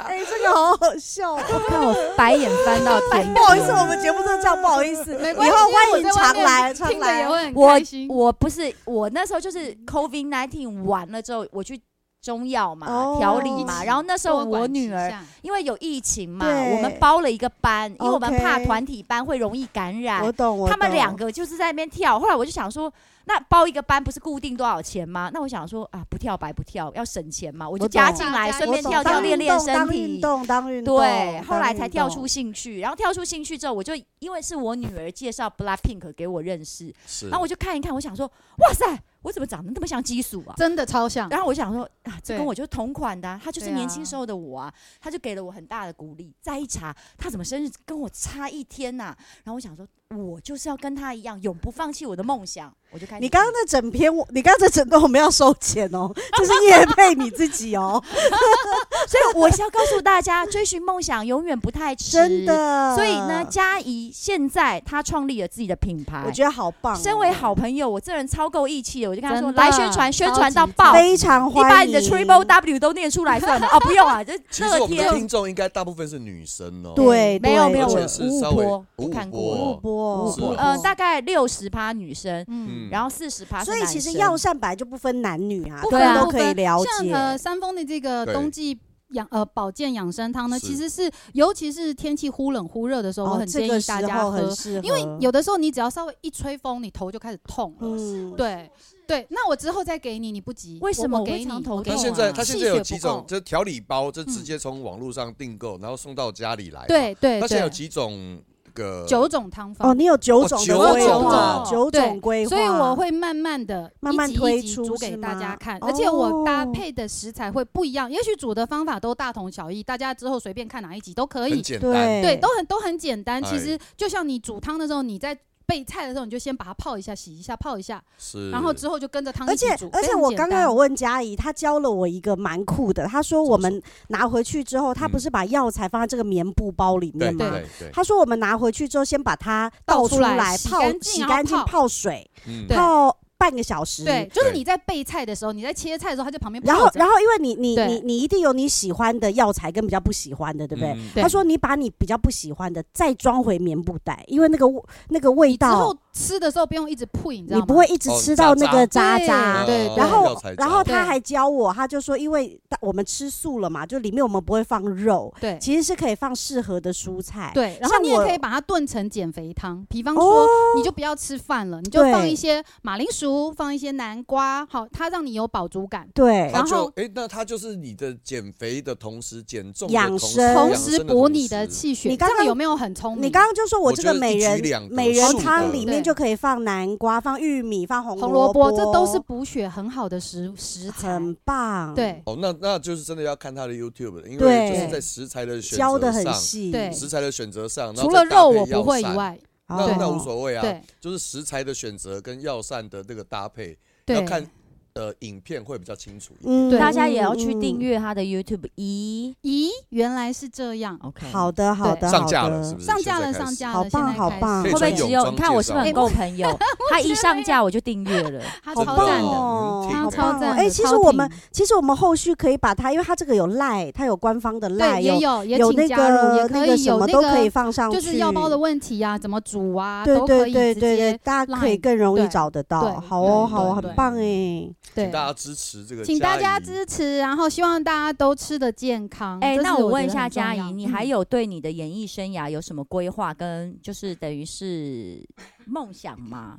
Speaker 3: 哎，这个好好笑哦。
Speaker 2: 看我白眼翻到天。
Speaker 3: 不好意思，我们节目真的这样，不好意思。
Speaker 5: 没
Speaker 3: 以
Speaker 5: 关系，
Speaker 3: 后欢
Speaker 5: 我
Speaker 3: 迎
Speaker 5: 在外
Speaker 3: 常
Speaker 5: 面
Speaker 3: 来，常
Speaker 5: 听着也
Speaker 3: 来。
Speaker 5: 会很
Speaker 2: 我
Speaker 5: 开心。
Speaker 2: 我不是我那时候就是 COVID nineteen 完了之后，我去中药嘛
Speaker 3: 哦
Speaker 2: 调理嘛，
Speaker 5: 一起
Speaker 2: 然后那时候
Speaker 5: 多管
Speaker 2: 我女
Speaker 5: 齐
Speaker 2: 儿
Speaker 5: 下
Speaker 2: 因为有疫情嘛，
Speaker 3: 对
Speaker 2: 我们包了一个班，因为我们
Speaker 3: OK
Speaker 2: 怕团体班会容易感染
Speaker 3: 我。懂，我
Speaker 2: 他们
Speaker 3: 懂
Speaker 2: 两个就是在那边跳，后来我就想说，那包一个班不是固定多少钱吗？那我想说啊，不跳白不跳，要省钱嘛，我就
Speaker 3: 我懂
Speaker 2: 加进来，
Speaker 5: 大家
Speaker 2: 顺便
Speaker 5: 一起
Speaker 2: 跳跳
Speaker 3: 当
Speaker 2: 练
Speaker 3: 运
Speaker 2: 练
Speaker 3: 动，
Speaker 2: 身
Speaker 3: 当
Speaker 2: 体
Speaker 3: 运。动，当运动。
Speaker 2: 对，后
Speaker 3: 当
Speaker 2: 来
Speaker 3: 运
Speaker 2: 才跳
Speaker 3: 动
Speaker 2: 出兴趣，然后跳出兴趣之后，我就因为是我女儿介绍 Blackpink 给我认识，
Speaker 4: 是
Speaker 2: 然后我就看一看，我想说，哇塞，我怎么长得那么像激素啊？
Speaker 5: 真的超像，
Speaker 2: 然后我想说啊，这
Speaker 5: 对
Speaker 2: 跟我就是同款的、啊，他就是
Speaker 5: 对啊
Speaker 2: 年轻时候的我啊，他就给了我很大的鼓励。再一查，他怎么生日跟我差一天呐、然后我想说，我就是要跟他一样，永不放弃我的梦想。我就开始，
Speaker 3: 你刚刚那整篇，我你刚刚这整段我们要收钱哦， 这是叶配你自己 哦，
Speaker 2: 所以我是要告诉大家，追寻梦想永远不太迟。
Speaker 3: 真。的。
Speaker 2: 所以呢，佳怡现在她创立了自己的品牌，
Speaker 3: 我觉得好棒哦，
Speaker 2: 身为好朋友，我这人超够义气的，我就跟他说，
Speaker 5: 真的
Speaker 2: 来宣传，宣传到
Speaker 5: 超级
Speaker 2: 爆。
Speaker 3: 非常
Speaker 2: 你把
Speaker 3: 欢迎
Speaker 2: 你的 Triple W 都念出来算了哦，不用啊，这
Speaker 4: 其实
Speaker 2: 乐
Speaker 4: 我们的
Speaker 2: 天
Speaker 4: 听众应该大部分是女生哦，
Speaker 3: 对，
Speaker 2: 没有没有，
Speaker 4: 而
Speaker 2: 我
Speaker 4: 且是
Speaker 2: 五五
Speaker 4: 稍微
Speaker 2: 波
Speaker 4: 五
Speaker 2: 我
Speaker 4: 五
Speaker 2: 看
Speaker 4: 波
Speaker 2: 过，
Speaker 3: 五波
Speaker 4: 五是波
Speaker 2: 呃，大概六十趴女生，
Speaker 5: 嗯，
Speaker 2: 然后四十趴，
Speaker 3: 所以其实药膳本来就不分男女啊，大
Speaker 5: 不分
Speaker 3: 家
Speaker 2: 对啊
Speaker 3: 都可以了
Speaker 5: 像
Speaker 3: 解。
Speaker 5: 呃三丰的这个
Speaker 4: 对
Speaker 5: 冬季养呃保健养生汤呢，
Speaker 4: 是
Speaker 5: 其实是尤其是天气忽冷忽热的时候，我
Speaker 3: 哦
Speaker 5: 很，建
Speaker 3: 这个
Speaker 5: 议
Speaker 3: 时
Speaker 5: 大家
Speaker 3: 候
Speaker 5: 喝
Speaker 3: 很，适合，
Speaker 5: 因为有的时候你只要稍微一吹风，你头就开始痛了。
Speaker 3: 嗯，
Speaker 5: 对对，那我之后再给你，你不急。
Speaker 2: 为什么
Speaker 5: 我我
Speaker 2: 会
Speaker 5: 给你
Speaker 2: 常头
Speaker 5: 我给
Speaker 4: 他
Speaker 2: 痛
Speaker 5: 你
Speaker 4: 现
Speaker 2: 啊
Speaker 4: 在他现在有几
Speaker 5: 气血
Speaker 4: 种
Speaker 5: 不，够嗯
Speaker 4: 这调理包，这直接从网络上订购，然后送到家里来嘛。
Speaker 5: 对对
Speaker 4: 他现在有
Speaker 5: 对，
Speaker 4: 几种个
Speaker 5: 九种汤方
Speaker 3: 哦，。你有九
Speaker 4: 哦
Speaker 3: 种的
Speaker 4: 九
Speaker 3: 规
Speaker 4: 种
Speaker 3: 划
Speaker 4: 哦，
Speaker 3: 九
Speaker 5: 对
Speaker 3: 种规划，
Speaker 5: 所以我会慢慢的
Speaker 3: 慢慢推出
Speaker 5: 煮
Speaker 3: 是
Speaker 5: 给大家
Speaker 3: 吗
Speaker 5: 看，而且我搭
Speaker 3: 哦
Speaker 5: 配的食材会不一样，也许煮的方法都大同小异，大家之后随便看哪一集都可以
Speaker 4: 很，简单，
Speaker 3: 对
Speaker 5: 对，都很都很简单。其
Speaker 4: 哎
Speaker 5: 实就像你煮汤的时候，你在备菜的时候，你就先把它泡一下、洗一下、泡一下，
Speaker 4: 是。
Speaker 5: 然后之后就跟着汤
Speaker 3: 而
Speaker 5: 一起
Speaker 3: 且
Speaker 5: 煮。
Speaker 3: 而
Speaker 5: 非
Speaker 3: 且
Speaker 5: 常
Speaker 3: 我
Speaker 5: 简
Speaker 3: 刚刚
Speaker 5: 单
Speaker 3: 有问佳怡，她教了我一个蛮酷的。她说我们拿回去之后，她不
Speaker 4: 嗯
Speaker 3: 是把药材放在这个棉布包里
Speaker 4: 对
Speaker 3: 面吗？
Speaker 4: 对对，
Speaker 3: 她说我们拿回去之后，先把它
Speaker 5: 倒
Speaker 3: 倒
Speaker 5: 出
Speaker 3: 出
Speaker 5: 来
Speaker 3: 来
Speaker 5: 洗
Speaker 3: 泡
Speaker 5: 干净
Speaker 3: 洗
Speaker 5: 然后
Speaker 3: 干净，
Speaker 5: 泡
Speaker 3: 泡水
Speaker 4: 嗯
Speaker 5: 对
Speaker 3: 泡半个小时。
Speaker 5: 对，就是
Speaker 4: 对
Speaker 5: 你在备菜的时候，你在切菜的时候，它就旁边
Speaker 3: 然
Speaker 5: 泡
Speaker 3: 后
Speaker 5: 着
Speaker 3: 然后因为你你
Speaker 5: 对
Speaker 3: 你你一定有你喜欢的药材跟比较不喜欢的，对不对？
Speaker 4: 嗯
Speaker 5: 对
Speaker 3: 她说你把你比较不喜欢的再装回棉布袋，因为那个味那个味
Speaker 5: 你之
Speaker 3: 道
Speaker 5: 后吃的时候不用一直配，你知道
Speaker 3: 你
Speaker 5: 吗？
Speaker 3: 不会一直
Speaker 4: 哦
Speaker 3: 吃
Speaker 4: 渣
Speaker 3: 到那
Speaker 4: 渣
Speaker 3: 个渣
Speaker 5: 对
Speaker 3: 渣。
Speaker 5: 啊对
Speaker 3: 然
Speaker 4: 药
Speaker 3: 后
Speaker 4: 材，
Speaker 3: 然后
Speaker 4: 渣
Speaker 3: 他
Speaker 5: 对
Speaker 3: 还教我，他就说，因为大我们吃素了嘛，就里面我们不会放肉，
Speaker 5: 对
Speaker 3: 其实是可以放适合的蔬菜。
Speaker 5: 对，然后
Speaker 3: 像
Speaker 5: 你也
Speaker 3: 我
Speaker 5: 可以把它炖成减肥汤，比方
Speaker 3: 哦
Speaker 5: 说你就不要吃饭了，你就放
Speaker 3: 对
Speaker 5: 一些马铃薯，放一些南瓜，好，它让你有饱足感。
Speaker 3: 对
Speaker 4: 他
Speaker 5: 然
Speaker 4: 就
Speaker 5: 后
Speaker 4: 哎，那他就是你的减肥的同时减重的
Speaker 3: 养
Speaker 4: 时
Speaker 3: 生
Speaker 5: 同
Speaker 4: 同
Speaker 5: 时
Speaker 4: 的
Speaker 5: 补
Speaker 4: 同
Speaker 5: 你的
Speaker 4: 时
Speaker 5: 气血，
Speaker 3: 呃你刚
Speaker 5: 这样
Speaker 3: 刚
Speaker 5: 有没有很聪明？
Speaker 3: 你刚刚就说我
Speaker 4: 我
Speaker 3: 这
Speaker 4: 觉
Speaker 3: 个
Speaker 4: 得
Speaker 3: 美
Speaker 4: 一举
Speaker 3: 人
Speaker 4: 两得
Speaker 3: 美
Speaker 4: 是
Speaker 3: 人
Speaker 4: 的
Speaker 3: 汤里面
Speaker 5: 对
Speaker 3: 就可以放南瓜、放玉米、放红
Speaker 5: 红
Speaker 3: 萝
Speaker 5: 萝卜，这都是补血很好的食食材。
Speaker 3: 很棒。，
Speaker 5: 对
Speaker 4: 哦，那那就是真的要看他的 YouTube 了，因
Speaker 3: 对
Speaker 4: 为就是在食材的选
Speaker 3: 教的
Speaker 4: 择
Speaker 3: 很
Speaker 4: 上，
Speaker 3: 细。
Speaker 5: 对
Speaker 4: 食材的选择上，然
Speaker 5: 除
Speaker 4: 后
Speaker 5: 了
Speaker 4: 再搭
Speaker 5: 肉
Speaker 4: 配
Speaker 5: 我不
Speaker 4: 药
Speaker 5: 会以
Speaker 4: 膳，
Speaker 5: 外，
Speaker 4: 那
Speaker 3: 哦
Speaker 4: 那无所谓啊，
Speaker 5: 对
Speaker 4: 就是食材的选择跟药膳的那个搭配，要
Speaker 5: 对，
Speaker 4: 看呃影片会比较清楚一点。
Speaker 3: 嗯
Speaker 5: 对
Speaker 2: 大家也要去
Speaker 3: 嗯
Speaker 2: 订阅他的 YouTube。咦
Speaker 5: 咦，原来是这样。
Speaker 2: ，OK，
Speaker 3: 好，的，好
Speaker 5: 对
Speaker 3: 的，
Speaker 4: 上
Speaker 3: 嗯好
Speaker 4: 架
Speaker 3: 的
Speaker 4: 了，是不是？
Speaker 5: 上架了，
Speaker 4: 嗯现在开
Speaker 5: 上
Speaker 4: 始
Speaker 5: 架
Speaker 3: 好
Speaker 5: 了，
Speaker 3: 棒
Speaker 5: 现在
Speaker 3: 好
Speaker 5: 开始
Speaker 3: 棒
Speaker 4: 可
Speaker 2: 会
Speaker 4: 以
Speaker 2: 不会
Speaker 4: 穿
Speaker 2: 只
Speaker 4: 泳
Speaker 2: 有
Speaker 4: 装
Speaker 2: 你看我
Speaker 4: 介
Speaker 2: 是不是很
Speaker 4: 绍
Speaker 2: 够朋
Speaker 5: 哎
Speaker 2: 友？他一上架我就订阅了，
Speaker 5: 它
Speaker 4: 真
Speaker 5: 超
Speaker 4: 的
Speaker 5: 赞的，
Speaker 3: 哦
Speaker 4: 嗯
Speaker 5: 它
Speaker 4: 挺
Speaker 5: 超
Speaker 4: 好
Speaker 5: 赞的。
Speaker 3: 哎其实
Speaker 5: 超
Speaker 3: 我们
Speaker 5: 挺
Speaker 3: 其实我们后续可以把它，因为它这个有赖，它有官方的赖，
Speaker 5: 对也
Speaker 3: 有
Speaker 5: 有也
Speaker 3: 有
Speaker 5: 请
Speaker 3: 那
Speaker 5: 加入，也
Speaker 3: 个
Speaker 5: 可
Speaker 3: 那个
Speaker 5: 以
Speaker 3: 什
Speaker 5: 有
Speaker 3: 么
Speaker 5: 那
Speaker 3: 都可以
Speaker 5: 个
Speaker 3: 放上去，
Speaker 5: 就是药包的问题啊，怎么煮啊，
Speaker 3: 对
Speaker 5: 都可
Speaker 3: 对
Speaker 5: 以
Speaker 3: 对
Speaker 5: 直
Speaker 3: 对对
Speaker 5: 接，
Speaker 3: 大家可以
Speaker 5: line
Speaker 3: 更容易
Speaker 5: 对
Speaker 3: 找得
Speaker 5: 对
Speaker 3: 到。好哦，
Speaker 5: 对
Speaker 3: 好哦，
Speaker 5: 对
Speaker 3: 很
Speaker 5: 对
Speaker 3: 棒哎。
Speaker 4: 请
Speaker 5: 对。
Speaker 4: 大家支持这个，
Speaker 5: 请大家。支持，然后希望大家都吃的健康。
Speaker 2: 哎，
Speaker 5: 嗯这
Speaker 2: 那
Speaker 5: 是
Speaker 2: 我
Speaker 5: 我
Speaker 2: 问一
Speaker 5: 觉得
Speaker 2: 下
Speaker 5: 很重
Speaker 2: 佳
Speaker 5: 要
Speaker 2: 怡，你
Speaker 5: 嗯
Speaker 2: 还有对你的演艺生涯有什么规划跟就是等于是梦想吗？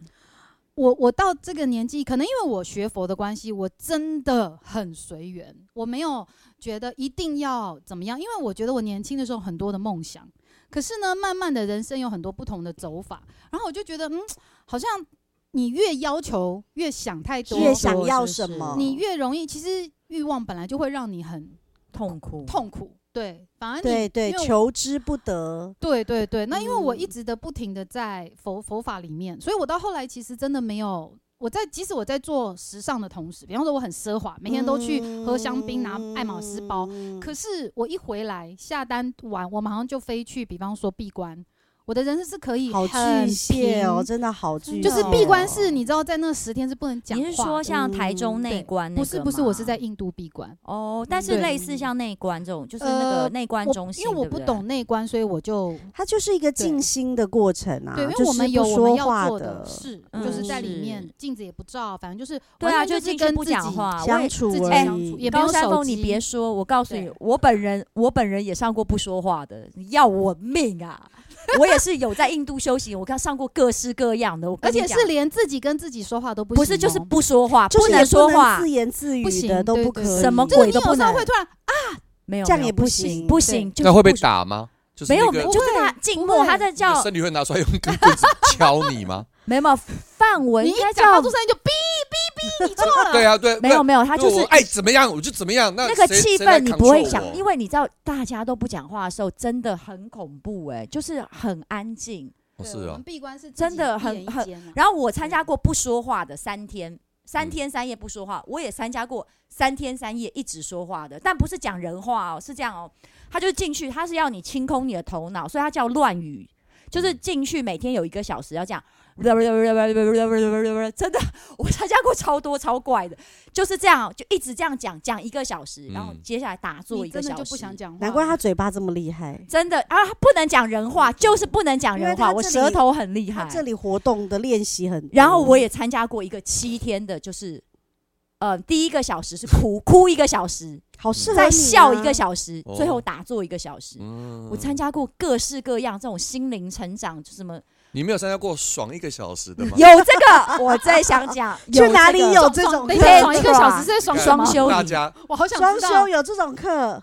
Speaker 5: 我我到这个年纪，可能因为我学佛的关系，我真的很随缘，我没有觉得一定要怎么样，因为我觉得我年轻的时候很多的梦想，可是呢，慢慢的人生有很多不同的走法，然后我就觉得，嗯，好像你越要求，越想太多，
Speaker 3: 越想要什么
Speaker 5: 你越容易，其实欲望本来就会让你很
Speaker 2: 痛苦，
Speaker 5: 痛苦，对，反而你
Speaker 3: 对对
Speaker 5: 因为，我
Speaker 3: 求之不得。
Speaker 5: 对对对，那因为我一
Speaker 3: 嗯
Speaker 5: 直的不停的在佛佛法里面，所以我到后来其实真的没有。我在即使我在做时尚的同时，比方说我很奢华，每天都去喝香槟、拿爱马仕包，可是我一回来下单完，我马上就飞去，比方说闭关，我的人生是可以
Speaker 3: 好
Speaker 5: 很
Speaker 3: 巨蟹哦，
Speaker 5: 平
Speaker 3: 真的好巨蟹
Speaker 5: 就
Speaker 3: 哦，
Speaker 5: 是闭关是你知道在那十天是不能讲
Speaker 2: 你
Speaker 5: 话的，嗯
Speaker 2: 是说像台中内关那
Speaker 5: 不
Speaker 2: 个
Speaker 5: 是不是，我是
Speaker 2: 吗
Speaker 5: 在印度闭关，
Speaker 2: 哦，但是
Speaker 5: 对
Speaker 2: 类似像内关这种，就是那个
Speaker 5: 呃
Speaker 2: 内关
Speaker 5: 我
Speaker 2: 中心，
Speaker 5: 因为我
Speaker 2: 对不
Speaker 5: 不
Speaker 2: 对
Speaker 5: 懂内关，所以我就
Speaker 3: 它就是一个静心的过程啊，
Speaker 5: 对，因
Speaker 3: 就
Speaker 5: 为
Speaker 3: 是
Speaker 5: 我们有
Speaker 3: 不
Speaker 5: 我们
Speaker 3: 说
Speaker 5: 要
Speaker 3: 话
Speaker 5: 做
Speaker 3: 的
Speaker 5: 事，
Speaker 2: 嗯
Speaker 5: 就是在里
Speaker 2: 是
Speaker 5: 面镜子也不照，反正就是
Speaker 2: 对啊，
Speaker 5: 完
Speaker 2: 就
Speaker 5: 全
Speaker 2: 进
Speaker 5: 是
Speaker 2: 去
Speaker 5: 跟
Speaker 2: 不
Speaker 5: 自己
Speaker 2: 讲话，我
Speaker 5: 相
Speaker 2: 也
Speaker 3: 处
Speaker 5: 自己
Speaker 3: 而
Speaker 5: 相
Speaker 3: 已
Speaker 5: 处，也不
Speaker 2: 高
Speaker 5: 用
Speaker 2: 山
Speaker 5: 手
Speaker 2: 峰，你
Speaker 5: 机
Speaker 2: 别说，我告诉你
Speaker 5: 对，
Speaker 2: 我本人我本人也上过不说话的，你要我命啊！我也是有在印度修行，我看上过各式各样的，我跟
Speaker 5: 而
Speaker 2: 你
Speaker 5: 且
Speaker 2: 讲
Speaker 5: 是连自己跟自己说话都不行
Speaker 2: 不
Speaker 5: 哦，
Speaker 2: 是就是不说话，
Speaker 3: 就是也
Speaker 2: 能说话，
Speaker 3: 自言自
Speaker 5: 不
Speaker 3: 语
Speaker 5: 行
Speaker 3: 的都
Speaker 5: 对
Speaker 3: 不可
Speaker 5: 对
Speaker 3: 以，
Speaker 2: 什么
Speaker 5: 就是
Speaker 2: 鬼
Speaker 5: 你
Speaker 2: 都
Speaker 5: 有
Speaker 2: 不
Speaker 5: 时候
Speaker 2: 能
Speaker 5: 会，突然
Speaker 2: 没有
Speaker 3: 这样
Speaker 2: 没有
Speaker 3: 也
Speaker 2: 不
Speaker 3: 不
Speaker 2: 行
Speaker 3: 行
Speaker 2: 不行，就是
Speaker 4: 那会被
Speaker 2: 不行，
Speaker 4: 打吗？就是
Speaker 2: 没有
Speaker 4: 那
Speaker 2: 没
Speaker 4: 个
Speaker 2: 有，就是他静默，
Speaker 5: 会
Speaker 2: 他在
Speaker 4: 那
Speaker 2: 叫
Speaker 4: 个僧侣会拿出来用根棍子敲 你吗？
Speaker 2: 没有没有范文
Speaker 5: 你
Speaker 2: 应
Speaker 5: 一
Speaker 2: 该
Speaker 5: 讲发
Speaker 2: 叫
Speaker 5: 出声音就哔哔哔，你错了，
Speaker 4: 对啊，对，
Speaker 2: 没
Speaker 4: 不
Speaker 2: 有
Speaker 4: 是，
Speaker 2: 没有，他就
Speaker 4: 如果
Speaker 2: 是
Speaker 4: 我爱怎么样我就怎么样。那
Speaker 2: 那个
Speaker 4: 谁
Speaker 2: 气
Speaker 4: 谁来
Speaker 2: 氛你不会
Speaker 4: control
Speaker 2: 想，
Speaker 4: 我
Speaker 2: 因为你知道大家都不讲话的时候，真的很恐怖哎、就是很安静。
Speaker 4: 哦
Speaker 5: 对
Speaker 4: 是
Speaker 5: 我
Speaker 4: 啊
Speaker 5: 们，闭关是自
Speaker 2: 真
Speaker 5: 己
Speaker 2: 的
Speaker 5: 一
Speaker 2: 很
Speaker 5: 人一
Speaker 2: 很
Speaker 5: 间啊
Speaker 2: 然后我参加过不说话的三天，
Speaker 4: 嗯
Speaker 2: 三天三夜不说话，我也参加过三天三夜一直说话的，但不是讲人话哦，是这样哦，他就进去，他是要你清空你的头脑，所以他叫乱语。
Speaker 4: 嗯
Speaker 2: 就是进去每天有一个小时要这样，真的，我参加过超多超怪的，就是这样，哦就一直这样讲讲一个小时，然后
Speaker 4: 嗯
Speaker 2: 接下来打坐
Speaker 5: 你
Speaker 2: 一个
Speaker 5: 真的
Speaker 2: 小
Speaker 5: 就不
Speaker 2: 时，
Speaker 5: 想讲话了，
Speaker 3: 难怪他嘴巴这么厉害，
Speaker 2: 真的啊，不能讲人话，就是不能
Speaker 3: 嗯
Speaker 2: 讲
Speaker 3: 因
Speaker 2: 人
Speaker 3: 为
Speaker 2: 话。
Speaker 3: 他
Speaker 2: 我
Speaker 3: 这里
Speaker 2: 舌头很厉害
Speaker 3: 他，这里活动的练习很多，
Speaker 2: 然后我也参加过一个七天的，就是呃，第一个小时是哭哭一个小时，
Speaker 3: 好适合
Speaker 2: 再
Speaker 3: 你
Speaker 2: 笑一
Speaker 3: 嗯啊
Speaker 2: 个小时，
Speaker 4: 哦
Speaker 2: 最后打坐一个小时。
Speaker 4: 嗯
Speaker 2: 我参加过各式各样这种心灵成长，就 什么
Speaker 4: 你没有参加过爽一个小 时的吗？
Speaker 2: 有这个，我最想 讲，有
Speaker 3: 去哪里
Speaker 2: 这个
Speaker 3: 有
Speaker 5: 爽
Speaker 3: 这
Speaker 5: 爽
Speaker 3: 种
Speaker 5: 等一
Speaker 3: 课
Speaker 5: 下
Speaker 2: 天
Speaker 5: 爽一个
Speaker 2: 啊
Speaker 5: 小时是在爽什么
Speaker 2: 双休
Speaker 4: 大
Speaker 2: 你
Speaker 4: 家
Speaker 5: 我好想
Speaker 3: 双
Speaker 5: 知道
Speaker 3: 休，有这种课，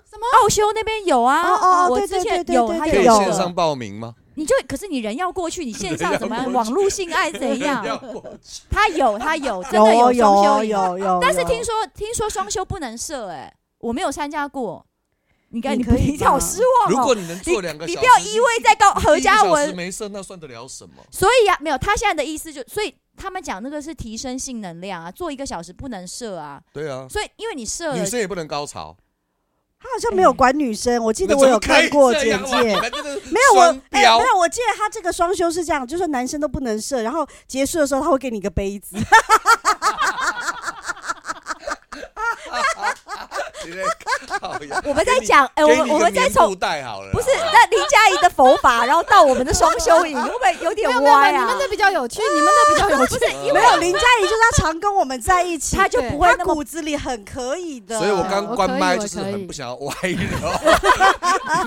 Speaker 2: 奥修那边有啊？
Speaker 3: 哦哦哦
Speaker 2: 我
Speaker 3: 对
Speaker 2: 之
Speaker 3: 对
Speaker 2: 前
Speaker 3: 对对
Speaker 2: 有，
Speaker 3: 对
Speaker 2: 他
Speaker 4: 可
Speaker 2: 有
Speaker 3: 对
Speaker 4: 以
Speaker 2: 这
Speaker 4: 线
Speaker 2: 个
Speaker 4: 上报名吗？
Speaker 2: 你就可是你人要过去，你线上
Speaker 4: 人
Speaker 2: 怎么
Speaker 4: 要过去
Speaker 2: 网络性爱怎
Speaker 5: 啊
Speaker 2: 样？
Speaker 4: 要我
Speaker 2: 他有他 有，真
Speaker 3: 有
Speaker 2: 的
Speaker 3: 哦有
Speaker 2: 双
Speaker 3: 哦
Speaker 2: 休营
Speaker 3: 有哦有哦，
Speaker 2: 但是
Speaker 3: 有
Speaker 2: 听说听说双休不能射、哎，我没有参加过。你看，
Speaker 3: 你
Speaker 2: 你不
Speaker 3: 可以
Speaker 2: 你让我
Speaker 3: 吗
Speaker 2: 失望、哦。
Speaker 4: 如果你能做两个
Speaker 2: 你
Speaker 4: 小
Speaker 2: 不要
Speaker 4: 时，
Speaker 2: 依偎在高何
Speaker 4: 一个
Speaker 2: 嘉
Speaker 4: 小时
Speaker 2: 文。
Speaker 4: 没事，那算得了什么？
Speaker 2: 所以啊，没有他现在的意思就，所以他们讲那个是提升性能量啊，做一个小时不能射啊。
Speaker 4: 对啊，
Speaker 2: 所以因为你射
Speaker 4: 女
Speaker 2: 了，
Speaker 4: 生也不能高潮。
Speaker 3: 他好像
Speaker 2: 嗯
Speaker 3: 没有管女生，我记得我有看过简介。 没
Speaker 4: 没
Speaker 3: 有我，哎、
Speaker 4: 啊标
Speaker 3: 没有，我记得他这个双休是这样，就是男生都不能射，然后结束的时候他会给你一个杯子，
Speaker 4: 你在靠呀
Speaker 2: 我们在讲，哎、我
Speaker 4: 给
Speaker 2: 们
Speaker 4: 你
Speaker 2: 我们在从
Speaker 4: 布袋好了啦，
Speaker 2: 不是那林佳怡的佛法，然后到我们的双修营，会不会有点
Speaker 5: 没有没有，没
Speaker 2: 歪
Speaker 5: 有你
Speaker 2: 啊
Speaker 5: 们？的比较有趣，你们的比较有趣，
Speaker 4: 因
Speaker 3: 没有林佳怡就是他常跟我们在一起，
Speaker 2: 他就
Speaker 5: 对
Speaker 2: 不会
Speaker 3: 他
Speaker 2: 那么
Speaker 3: 骨子里很可以的。
Speaker 4: 所以我
Speaker 5: 对啊
Speaker 4: 刚
Speaker 5: 我
Speaker 4: 关
Speaker 5: 可以
Speaker 4: 麦
Speaker 5: 我
Speaker 4: 就是
Speaker 5: 可
Speaker 4: 很
Speaker 5: 以
Speaker 4: 不想要歪 流，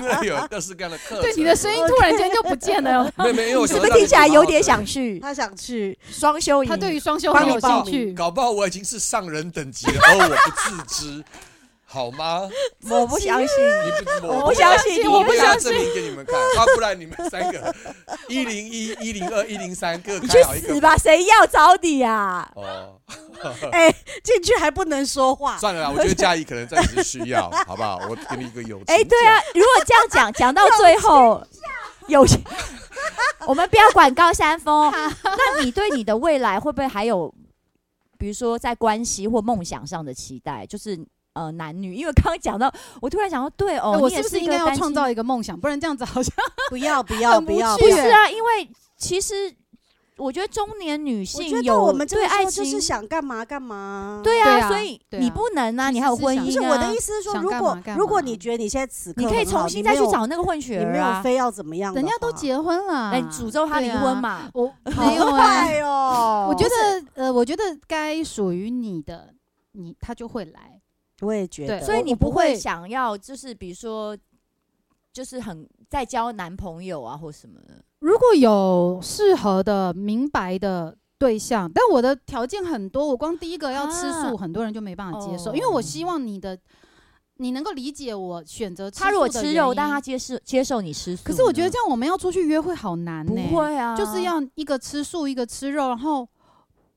Speaker 4: 因为有 各式各样的课程。
Speaker 5: 对你的声音突然间就不见了。
Speaker 4: 没有没有，因为我
Speaker 2: 是
Speaker 4: 想
Speaker 2: 不是
Speaker 4: 说让
Speaker 2: 听
Speaker 4: 你
Speaker 2: 起来
Speaker 4: 好好
Speaker 2: 有点
Speaker 4: 的？
Speaker 2: 想去
Speaker 3: 他 想去，
Speaker 2: 双修营？
Speaker 5: 他对于双休很有兴
Speaker 3: 帮
Speaker 5: 趣
Speaker 3: 你，
Speaker 4: 搞不好我已经是上人等级了，而我不自知，好吗？
Speaker 2: 我不相信。
Speaker 4: 你不，
Speaker 2: 我不相信你
Speaker 4: 我
Speaker 5: 我不
Speaker 4: 等一下
Speaker 5: 相
Speaker 4: 证
Speaker 5: 信。
Speaker 4: 明给你们看，啊，不然你们三个一零一、一零二、一零三各
Speaker 2: 你去
Speaker 4: 开好一个
Speaker 2: 死。吧！谁要找你啊？
Speaker 4: 哦，
Speaker 3: 哎、进去还不能说话，
Speaker 4: 算了啦，我觉得嘉怡可能暂时需 要，好不好？我给你一个友情。
Speaker 2: 哎、对啊，，如果这样 讲，讲到最后，有些我们不要管高山峰。那你对你的未来会不会还有，比如说在关系或梦想上的期待？就是呃，男女，因为刚刚讲到，我突然想到，对哦，
Speaker 5: 哎我
Speaker 2: 你
Speaker 5: 是
Speaker 2: 也
Speaker 5: 不是应
Speaker 2: 一个
Speaker 5: 该要
Speaker 2: 单
Speaker 5: 创
Speaker 2: 亲
Speaker 5: 造一个梦想？不然这样子好像
Speaker 3: 不要不要
Speaker 5: 很无
Speaker 3: 不要，
Speaker 5: 趣
Speaker 2: 不
Speaker 5: 耶
Speaker 2: 是啊，因为其实我觉得中年女
Speaker 3: 我觉
Speaker 2: 性
Speaker 3: 得
Speaker 2: 有
Speaker 3: 我们这
Speaker 2: 对
Speaker 3: 个时
Speaker 2: 爱
Speaker 3: 候就
Speaker 2: 情
Speaker 3: 是想干嘛干嘛。
Speaker 5: 对
Speaker 2: 对啊，
Speaker 5: 啊
Speaker 2: 所以
Speaker 5: 对
Speaker 2: 你
Speaker 5: 啊
Speaker 2: 不能啊，
Speaker 5: 其
Speaker 2: 你
Speaker 5: 实
Speaker 2: 还有
Speaker 5: 是
Speaker 2: 婚姻、啊，
Speaker 5: 想
Speaker 3: 不是我的意思是说，
Speaker 5: 想
Speaker 3: 如
Speaker 5: 干
Speaker 3: 果
Speaker 5: 嘛干嘛
Speaker 3: 如果你觉得你现在此刻
Speaker 2: 你可以
Speaker 5: 啊
Speaker 3: 很好
Speaker 2: 重新再去，
Speaker 3: 你
Speaker 2: 找那个混血
Speaker 3: 没有你
Speaker 2: 儿
Speaker 3: 没有
Speaker 2: 啊。
Speaker 3: 非要怎么样的
Speaker 5: 人
Speaker 3: 话，
Speaker 5: 家都结婚了，
Speaker 2: 哎，你诅咒他离婚嘛？
Speaker 5: 对 啊。 我没
Speaker 3: 好
Speaker 5: 有
Speaker 3: 快
Speaker 5: 哎，
Speaker 3: 哦！
Speaker 5: 我觉得呃，我觉得该属于你的，你他就会来。
Speaker 3: 我也觉
Speaker 5: 对
Speaker 3: 得，
Speaker 2: 所以
Speaker 5: 我
Speaker 2: 你
Speaker 5: 我不
Speaker 2: 不会
Speaker 5: 会
Speaker 2: 想要，就是比如说，就是很在交男朋友啊，或什么的。
Speaker 5: 如果有适合的、明白的对象，但我的条件很多，我光第一个要吃素，
Speaker 2: 啊
Speaker 5: 很多人就没办法接受，
Speaker 2: 哦
Speaker 5: 因为我希望你的你能够理解我选择吃素
Speaker 2: 他如果
Speaker 5: 的
Speaker 2: 吃
Speaker 5: 原
Speaker 2: 肉，
Speaker 5: 因
Speaker 2: 但他接受接受你吃素呢，
Speaker 5: 可是我觉得这样我们要出去约会好难欸呢、
Speaker 2: 不会
Speaker 3: 嗯
Speaker 2: 啊，
Speaker 5: 就是要一个吃素，一个吃肉，然后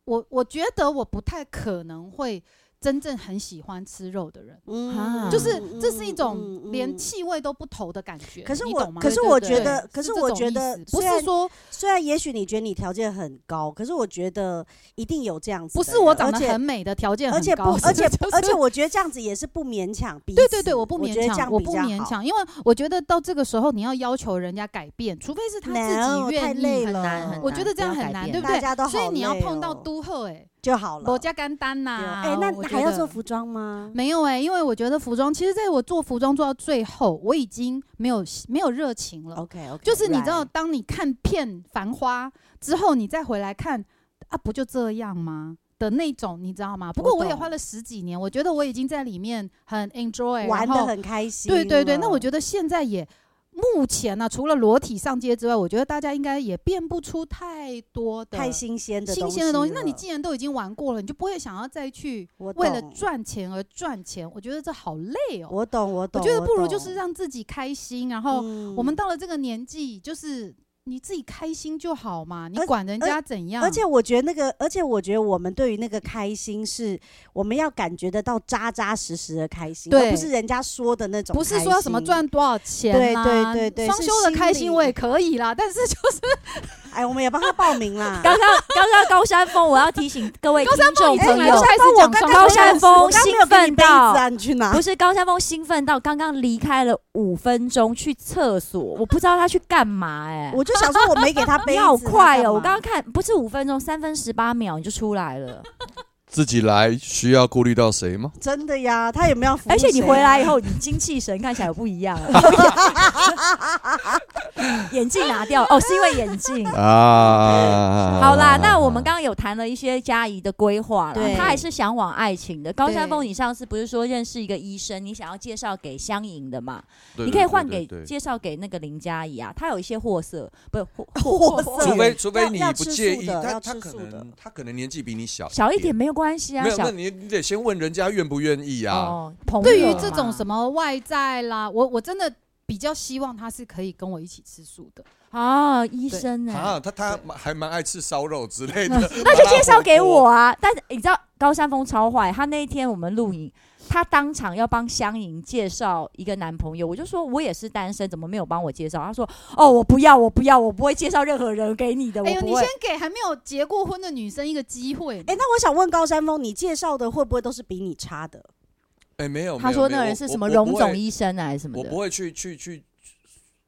Speaker 5: 我我觉得我不太可能会真正很喜欢吃肉的人，
Speaker 2: 啊
Speaker 5: 就是这是一
Speaker 3: 嗯
Speaker 5: 种
Speaker 3: 嗯
Speaker 5: 连
Speaker 3: 嗯
Speaker 5: 气味都不投的感觉。
Speaker 3: 可是
Speaker 5: 你
Speaker 3: 我
Speaker 5: 懂吗
Speaker 3: 可是
Speaker 5: 对
Speaker 3: 我
Speaker 5: 对
Speaker 3: 觉
Speaker 5: 对
Speaker 3: 得
Speaker 5: 是
Speaker 3: 可是
Speaker 5: 这
Speaker 3: 我
Speaker 5: 种
Speaker 3: 觉
Speaker 5: 意
Speaker 3: 得
Speaker 5: 思
Speaker 3: 虽
Speaker 5: 不是
Speaker 3: 然
Speaker 5: 说
Speaker 3: 虽然也许你觉得你条件很高，可是我觉得一定有这样子的
Speaker 5: 不
Speaker 3: 人，
Speaker 5: 是我长得
Speaker 3: 而且
Speaker 5: 很美的条件
Speaker 3: 而
Speaker 5: 很
Speaker 3: 且不
Speaker 5: 高，，
Speaker 3: 而且
Speaker 5: 就是
Speaker 3: 而且我觉得这样子也是不勉强彼此。
Speaker 5: 对对对，我不
Speaker 3: 觉
Speaker 5: 勉
Speaker 3: 得这
Speaker 5: 强，
Speaker 3: 样
Speaker 5: 我
Speaker 3: 比
Speaker 5: 不
Speaker 3: 较好
Speaker 5: 勉。强，因为我觉觉得到这个时候你要要求人家改变，除非是他自
Speaker 3: No，
Speaker 5: 己
Speaker 3: 太
Speaker 5: 愿
Speaker 3: 累
Speaker 5: 意。
Speaker 2: 很
Speaker 3: 了，
Speaker 2: 难很
Speaker 5: 我觉得这样
Speaker 2: 不要改
Speaker 5: 很难，
Speaker 2: 变。
Speaker 5: 对不
Speaker 3: 大家都
Speaker 5: 对？所以
Speaker 3: 好
Speaker 5: 你要
Speaker 3: 累
Speaker 5: 碰到
Speaker 3: 哦
Speaker 5: 都赫哎，
Speaker 3: 就好了。
Speaker 5: 某家干单
Speaker 3: 对
Speaker 5: 呐。
Speaker 3: 哎，那
Speaker 5: 我
Speaker 3: 那
Speaker 5: 觉
Speaker 3: 还要
Speaker 5: 得
Speaker 3: 做服装吗？
Speaker 5: 没有哎、因为我觉得服装，其实在我做服装做到最后，我已经没有没有热情了。
Speaker 3: OK OK，
Speaker 5: 就是你知道，当你看片《繁花》之后，你再回来看啊，不就这样吗？的那种，你知道吗？不过
Speaker 3: 我
Speaker 5: 我也
Speaker 3: 懂
Speaker 5: 花了十几年，我觉得我已经在里面很 enjoy，
Speaker 3: 玩
Speaker 5: 然
Speaker 3: 的
Speaker 5: 后
Speaker 3: 很开心哦了。
Speaker 5: 对对对，那我觉得现在也目前呢、除了裸体上街之外，我觉得大家应该也变不出太多的
Speaker 3: 太新鲜的
Speaker 5: 新鲜的东西。
Speaker 3: 了
Speaker 5: 那你既然都已经玩过了，你就不会想要再去
Speaker 3: 我
Speaker 5: 为了
Speaker 3: 懂，
Speaker 5: 赚钱而赚钱。我觉得这好累哦。
Speaker 3: 我懂我
Speaker 5: 我
Speaker 3: 懂，
Speaker 5: 觉得不如就是
Speaker 3: 懂
Speaker 5: 让自己开心，然后
Speaker 3: 嗯
Speaker 5: 我们到了这个年纪，就是你自己开心就好嘛，你
Speaker 3: 而
Speaker 5: 管人家怎样？
Speaker 3: 而且我觉得那个，而且我觉得我们对于那个开心是，我们要感觉得到扎扎实实的开心，
Speaker 5: 对
Speaker 3: 而不是人家说的那种开
Speaker 5: 不
Speaker 3: 心。
Speaker 5: 是说什么赚多少钱啦，
Speaker 3: 对对对对
Speaker 5: 双
Speaker 3: 是
Speaker 5: 休的
Speaker 3: 心
Speaker 5: 开
Speaker 3: 理
Speaker 5: 心我也可以啦，但是就是
Speaker 3: 哎，我们也帮他报名啦
Speaker 2: 刚刚 刚刚高山峰，我要提醒各位听众
Speaker 5: 已经
Speaker 2: 朋
Speaker 5: 来
Speaker 2: 友
Speaker 5: 了，开始讲上
Speaker 2: 高山峰
Speaker 3: 我刚刚没有跟你
Speaker 2: 兴奋
Speaker 3: 杯子啊
Speaker 2: 到
Speaker 3: 你去哪
Speaker 2: 不？是高山峰兴奋到刚刚离开了五分钟去厕所，我不知道他去干嘛哎、
Speaker 3: 我就想说我没给 他杯
Speaker 2: 你
Speaker 3: 子，
Speaker 2: 好快
Speaker 3: 他干
Speaker 2: 哦！
Speaker 3: 嘛
Speaker 2: 我刚刚看不是五分钟，三分十八秒你就出来了，
Speaker 4: 自己来需要顾虑到谁吗？
Speaker 3: 真的呀，他有没有要服务
Speaker 2: 而且你
Speaker 3: 谁
Speaker 2: 回
Speaker 5: 啊
Speaker 2: 来以后，你精气神看起来不一样 了。眼镜拿掉哦，是因为眼 镜。
Speaker 4: 啊，
Speaker 2: 好啦，那我们刚刚有谈了一些嘉怡的规划啦
Speaker 3: 对，
Speaker 2: 她还是向往爱情的。高山
Speaker 3: 对
Speaker 2: 峰，你上次不是说认识一个医生，你想要介绍给相迎的嘛？
Speaker 4: 对
Speaker 2: 你可以
Speaker 4: 对
Speaker 2: 换
Speaker 4: 对
Speaker 2: 给
Speaker 4: 对
Speaker 2: 介绍给那个林嘉怡啊，她有一些货色，不是货
Speaker 3: 货色
Speaker 4: 除非除非
Speaker 3: 要
Speaker 4: 你
Speaker 3: 要
Speaker 4: 不
Speaker 3: 吃
Speaker 4: 介
Speaker 3: 素
Speaker 4: 意，
Speaker 3: 的
Speaker 4: 他
Speaker 3: 要
Speaker 4: 他
Speaker 3: 吃
Speaker 4: 可
Speaker 3: 素的
Speaker 4: 能他可能年纪比你小
Speaker 2: 小一点，没有关系啊，
Speaker 4: 没有，
Speaker 2: 小
Speaker 4: 那你你得先问人家愿不愿意啊。
Speaker 2: 哦，朋友
Speaker 5: 对于这种
Speaker 2: 嘛
Speaker 5: 什么外在啦，我我真的比较希望他是可以跟我一起吃素的。
Speaker 2: 啊，医生哎，
Speaker 4: 啊，他他
Speaker 5: 对
Speaker 4: 还蛮爱吃烧肉之类的，
Speaker 2: 嗯那就介绍给我啊。但是你知道高山峰超坏，他那一天我们露营，他当场要帮香莹介绍一个男朋友，我就说我也是单身，怎么没有帮我介绍？他说哦，我不要，我不要，我不会介绍任何人给你的，
Speaker 3: 呃
Speaker 5: 哎
Speaker 2: 我
Speaker 5: 呦，
Speaker 2: 不
Speaker 5: 你
Speaker 2: 会
Speaker 5: 先。给还没有结过婚的女生一个机会嘛。
Speaker 3: 哎，那我想问高山峰，你介绍的会不会都是比你差的？
Speaker 4: 哎，没有，
Speaker 2: 他说那个人是什么荣总医生啊，还是什
Speaker 4: 生
Speaker 2: 么
Speaker 4: 我
Speaker 2: 的
Speaker 4: 不。会去去去，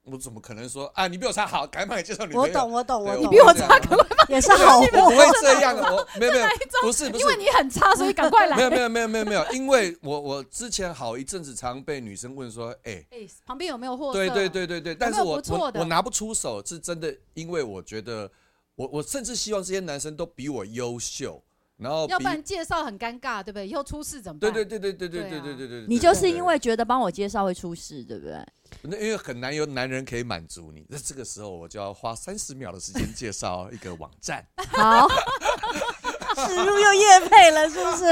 Speaker 4: 我怎么可能说啊？你比我差好，赶快介绍女朋
Speaker 3: 我
Speaker 4: 友。
Speaker 3: 懂，我懂，
Speaker 4: 对，
Speaker 3: 我懂。
Speaker 4: 不
Speaker 5: 比我
Speaker 4: 会这样
Speaker 5: 差
Speaker 4: 啊
Speaker 5: 赶快
Speaker 3: 也是 好
Speaker 4: 我不
Speaker 3: 货，
Speaker 4: 会这样的，我没有没有
Speaker 5: 哪一，种
Speaker 4: 不是不是
Speaker 5: 因，为你很差，所以赶快来。
Speaker 4: 没有没有没有没有没有，因为我我之前好一阵子常被女生问说，哎，
Speaker 5: 哎旁边有没有货色？
Speaker 4: 对对。对对对，但是
Speaker 5: 有
Speaker 4: 我
Speaker 5: 不错
Speaker 4: 我
Speaker 5: 的
Speaker 4: 我拿不出手，是真的，因为我觉得我我甚至希望这些男生都比我优秀，然哦后比
Speaker 5: 要不然介绍很尴尬，对不对？以后出事怎么
Speaker 4: 对
Speaker 5: 办？
Speaker 4: 对对对对对
Speaker 5: 对
Speaker 4: 对
Speaker 5: 啊
Speaker 4: 对对对，
Speaker 2: 你
Speaker 4: 对
Speaker 2: 就是因为觉得帮我介绍会出事，对不对？
Speaker 4: 那因为很难有男人可以满足你，那这个时候我就要花三十秒的时间介绍一个网 站，
Speaker 2: 好，
Speaker 3: 植入又夜配了，是不是？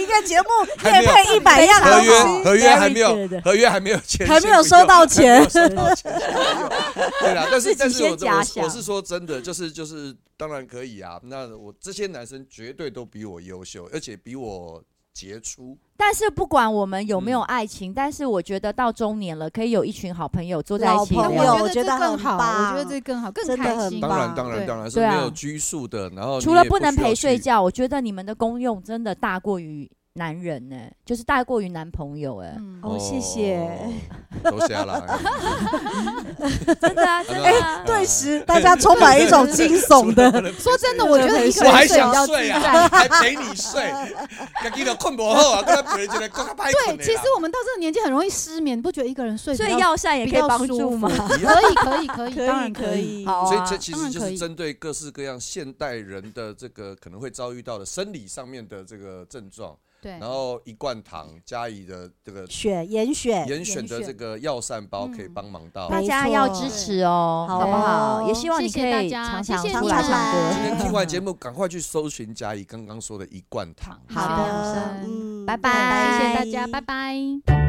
Speaker 3: 一个节目 夜
Speaker 4: 还没有
Speaker 3: 配一百样
Speaker 4: 合
Speaker 3: 东西。
Speaker 4: 约合约还没
Speaker 2: Very
Speaker 4: 有
Speaker 2: good
Speaker 4: 合约还没有签，
Speaker 3: 还没有
Speaker 4: 先不
Speaker 3: 收
Speaker 4: 用
Speaker 3: 到钱
Speaker 4: 还没有收到钱，先不用 对啦，但
Speaker 2: 自
Speaker 4: 是
Speaker 2: 己
Speaker 4: 但是我
Speaker 2: 先
Speaker 4: 我
Speaker 2: 假
Speaker 4: 是我
Speaker 2: 想
Speaker 4: 是说真的，就是就是当然可以啊，那我这些男生绝对都比我优秀，而且比我杰出，
Speaker 2: 但是不管我们有没有
Speaker 4: 嗯
Speaker 2: 爱情，但是我觉得到中年了，可以有一群好朋友坐在一起
Speaker 3: 老
Speaker 5: 那
Speaker 3: 朋
Speaker 2: 聊
Speaker 3: 友
Speaker 5: 我
Speaker 3: 我觉
Speaker 5: 觉
Speaker 3: 得
Speaker 5: 得这更
Speaker 3: 很
Speaker 5: 好，
Speaker 3: 棒
Speaker 5: 我觉得这更好，更
Speaker 3: 真的
Speaker 5: 开
Speaker 3: 很
Speaker 5: 心。
Speaker 4: 哦当
Speaker 3: 棒
Speaker 4: 然当然
Speaker 5: 对
Speaker 4: 当然是
Speaker 2: 对啊
Speaker 4: 没有拘束的，然哦后你
Speaker 2: 除了
Speaker 4: 也
Speaker 2: 不能
Speaker 4: 需要
Speaker 2: 陪
Speaker 4: 去
Speaker 2: 睡，觉，我觉得你们的功用真的大过于男人呢、就是大过于男朋友哎、
Speaker 5: 嗯
Speaker 3: 哦谢谢，
Speaker 4: 都瞎了，哎
Speaker 2: 真 的啊，真的、啊。
Speaker 3: 顿时大家充满一种惊悚 的
Speaker 5: 说真的，我觉得一个
Speaker 4: 我还
Speaker 5: 人睡比
Speaker 4: 想
Speaker 5: 较自
Speaker 4: 睡
Speaker 5: 在。
Speaker 4: 啊，还陪你睡， 赶紧的困不好啊，跟他陪起来，跟他拍
Speaker 5: 对，其实我们到这个年纪很容易失眠，你不觉得一个人睡
Speaker 2: 所
Speaker 5: 哎比
Speaker 2: 以
Speaker 5: 较
Speaker 2: 药膳也
Speaker 5: 比
Speaker 2: 可以
Speaker 5: 较
Speaker 2: 帮
Speaker 5: 舒
Speaker 2: 助
Speaker 5: 服
Speaker 2: 吗？
Speaker 5: 可以可以可以，
Speaker 3: 可以
Speaker 5: 当然
Speaker 3: 可以
Speaker 5: 以。
Speaker 2: 好
Speaker 4: 哎所以
Speaker 2: 啊
Speaker 4: 这，其
Speaker 5: 当
Speaker 4: 实
Speaker 5: 然
Speaker 4: 就
Speaker 5: 可
Speaker 4: 是
Speaker 5: 以
Speaker 4: 针对各式各样现代人的这个可能会遭遇到的生理上面的这个症状，
Speaker 5: 对
Speaker 4: 然后一罐糖，嘉怡的这个
Speaker 3: 选严选，
Speaker 4: 严选的
Speaker 5: 选嗯
Speaker 4: 这个药膳包可以帮忙到。
Speaker 2: 大家要支持哦，
Speaker 3: 好
Speaker 2: 好不好？
Speaker 3: 哦
Speaker 2: 也希望你
Speaker 5: 谢
Speaker 2: 可
Speaker 5: 谢
Speaker 2: 以
Speaker 5: 大家
Speaker 2: 常常
Speaker 5: 谢谢啊
Speaker 2: 出来
Speaker 3: 你
Speaker 2: 唱
Speaker 3: 们
Speaker 4: 今
Speaker 2: 歌。
Speaker 4: 天听完节目，赶快去搜寻嘉怡刚刚说的一罐糖。
Speaker 2: 好
Speaker 3: 好
Speaker 5: 谢谢
Speaker 3: 的
Speaker 5: 老，师
Speaker 3: 嗯
Speaker 2: 拜
Speaker 5: 拜
Speaker 2: 拜
Speaker 5: 谢谢大家，拜拜。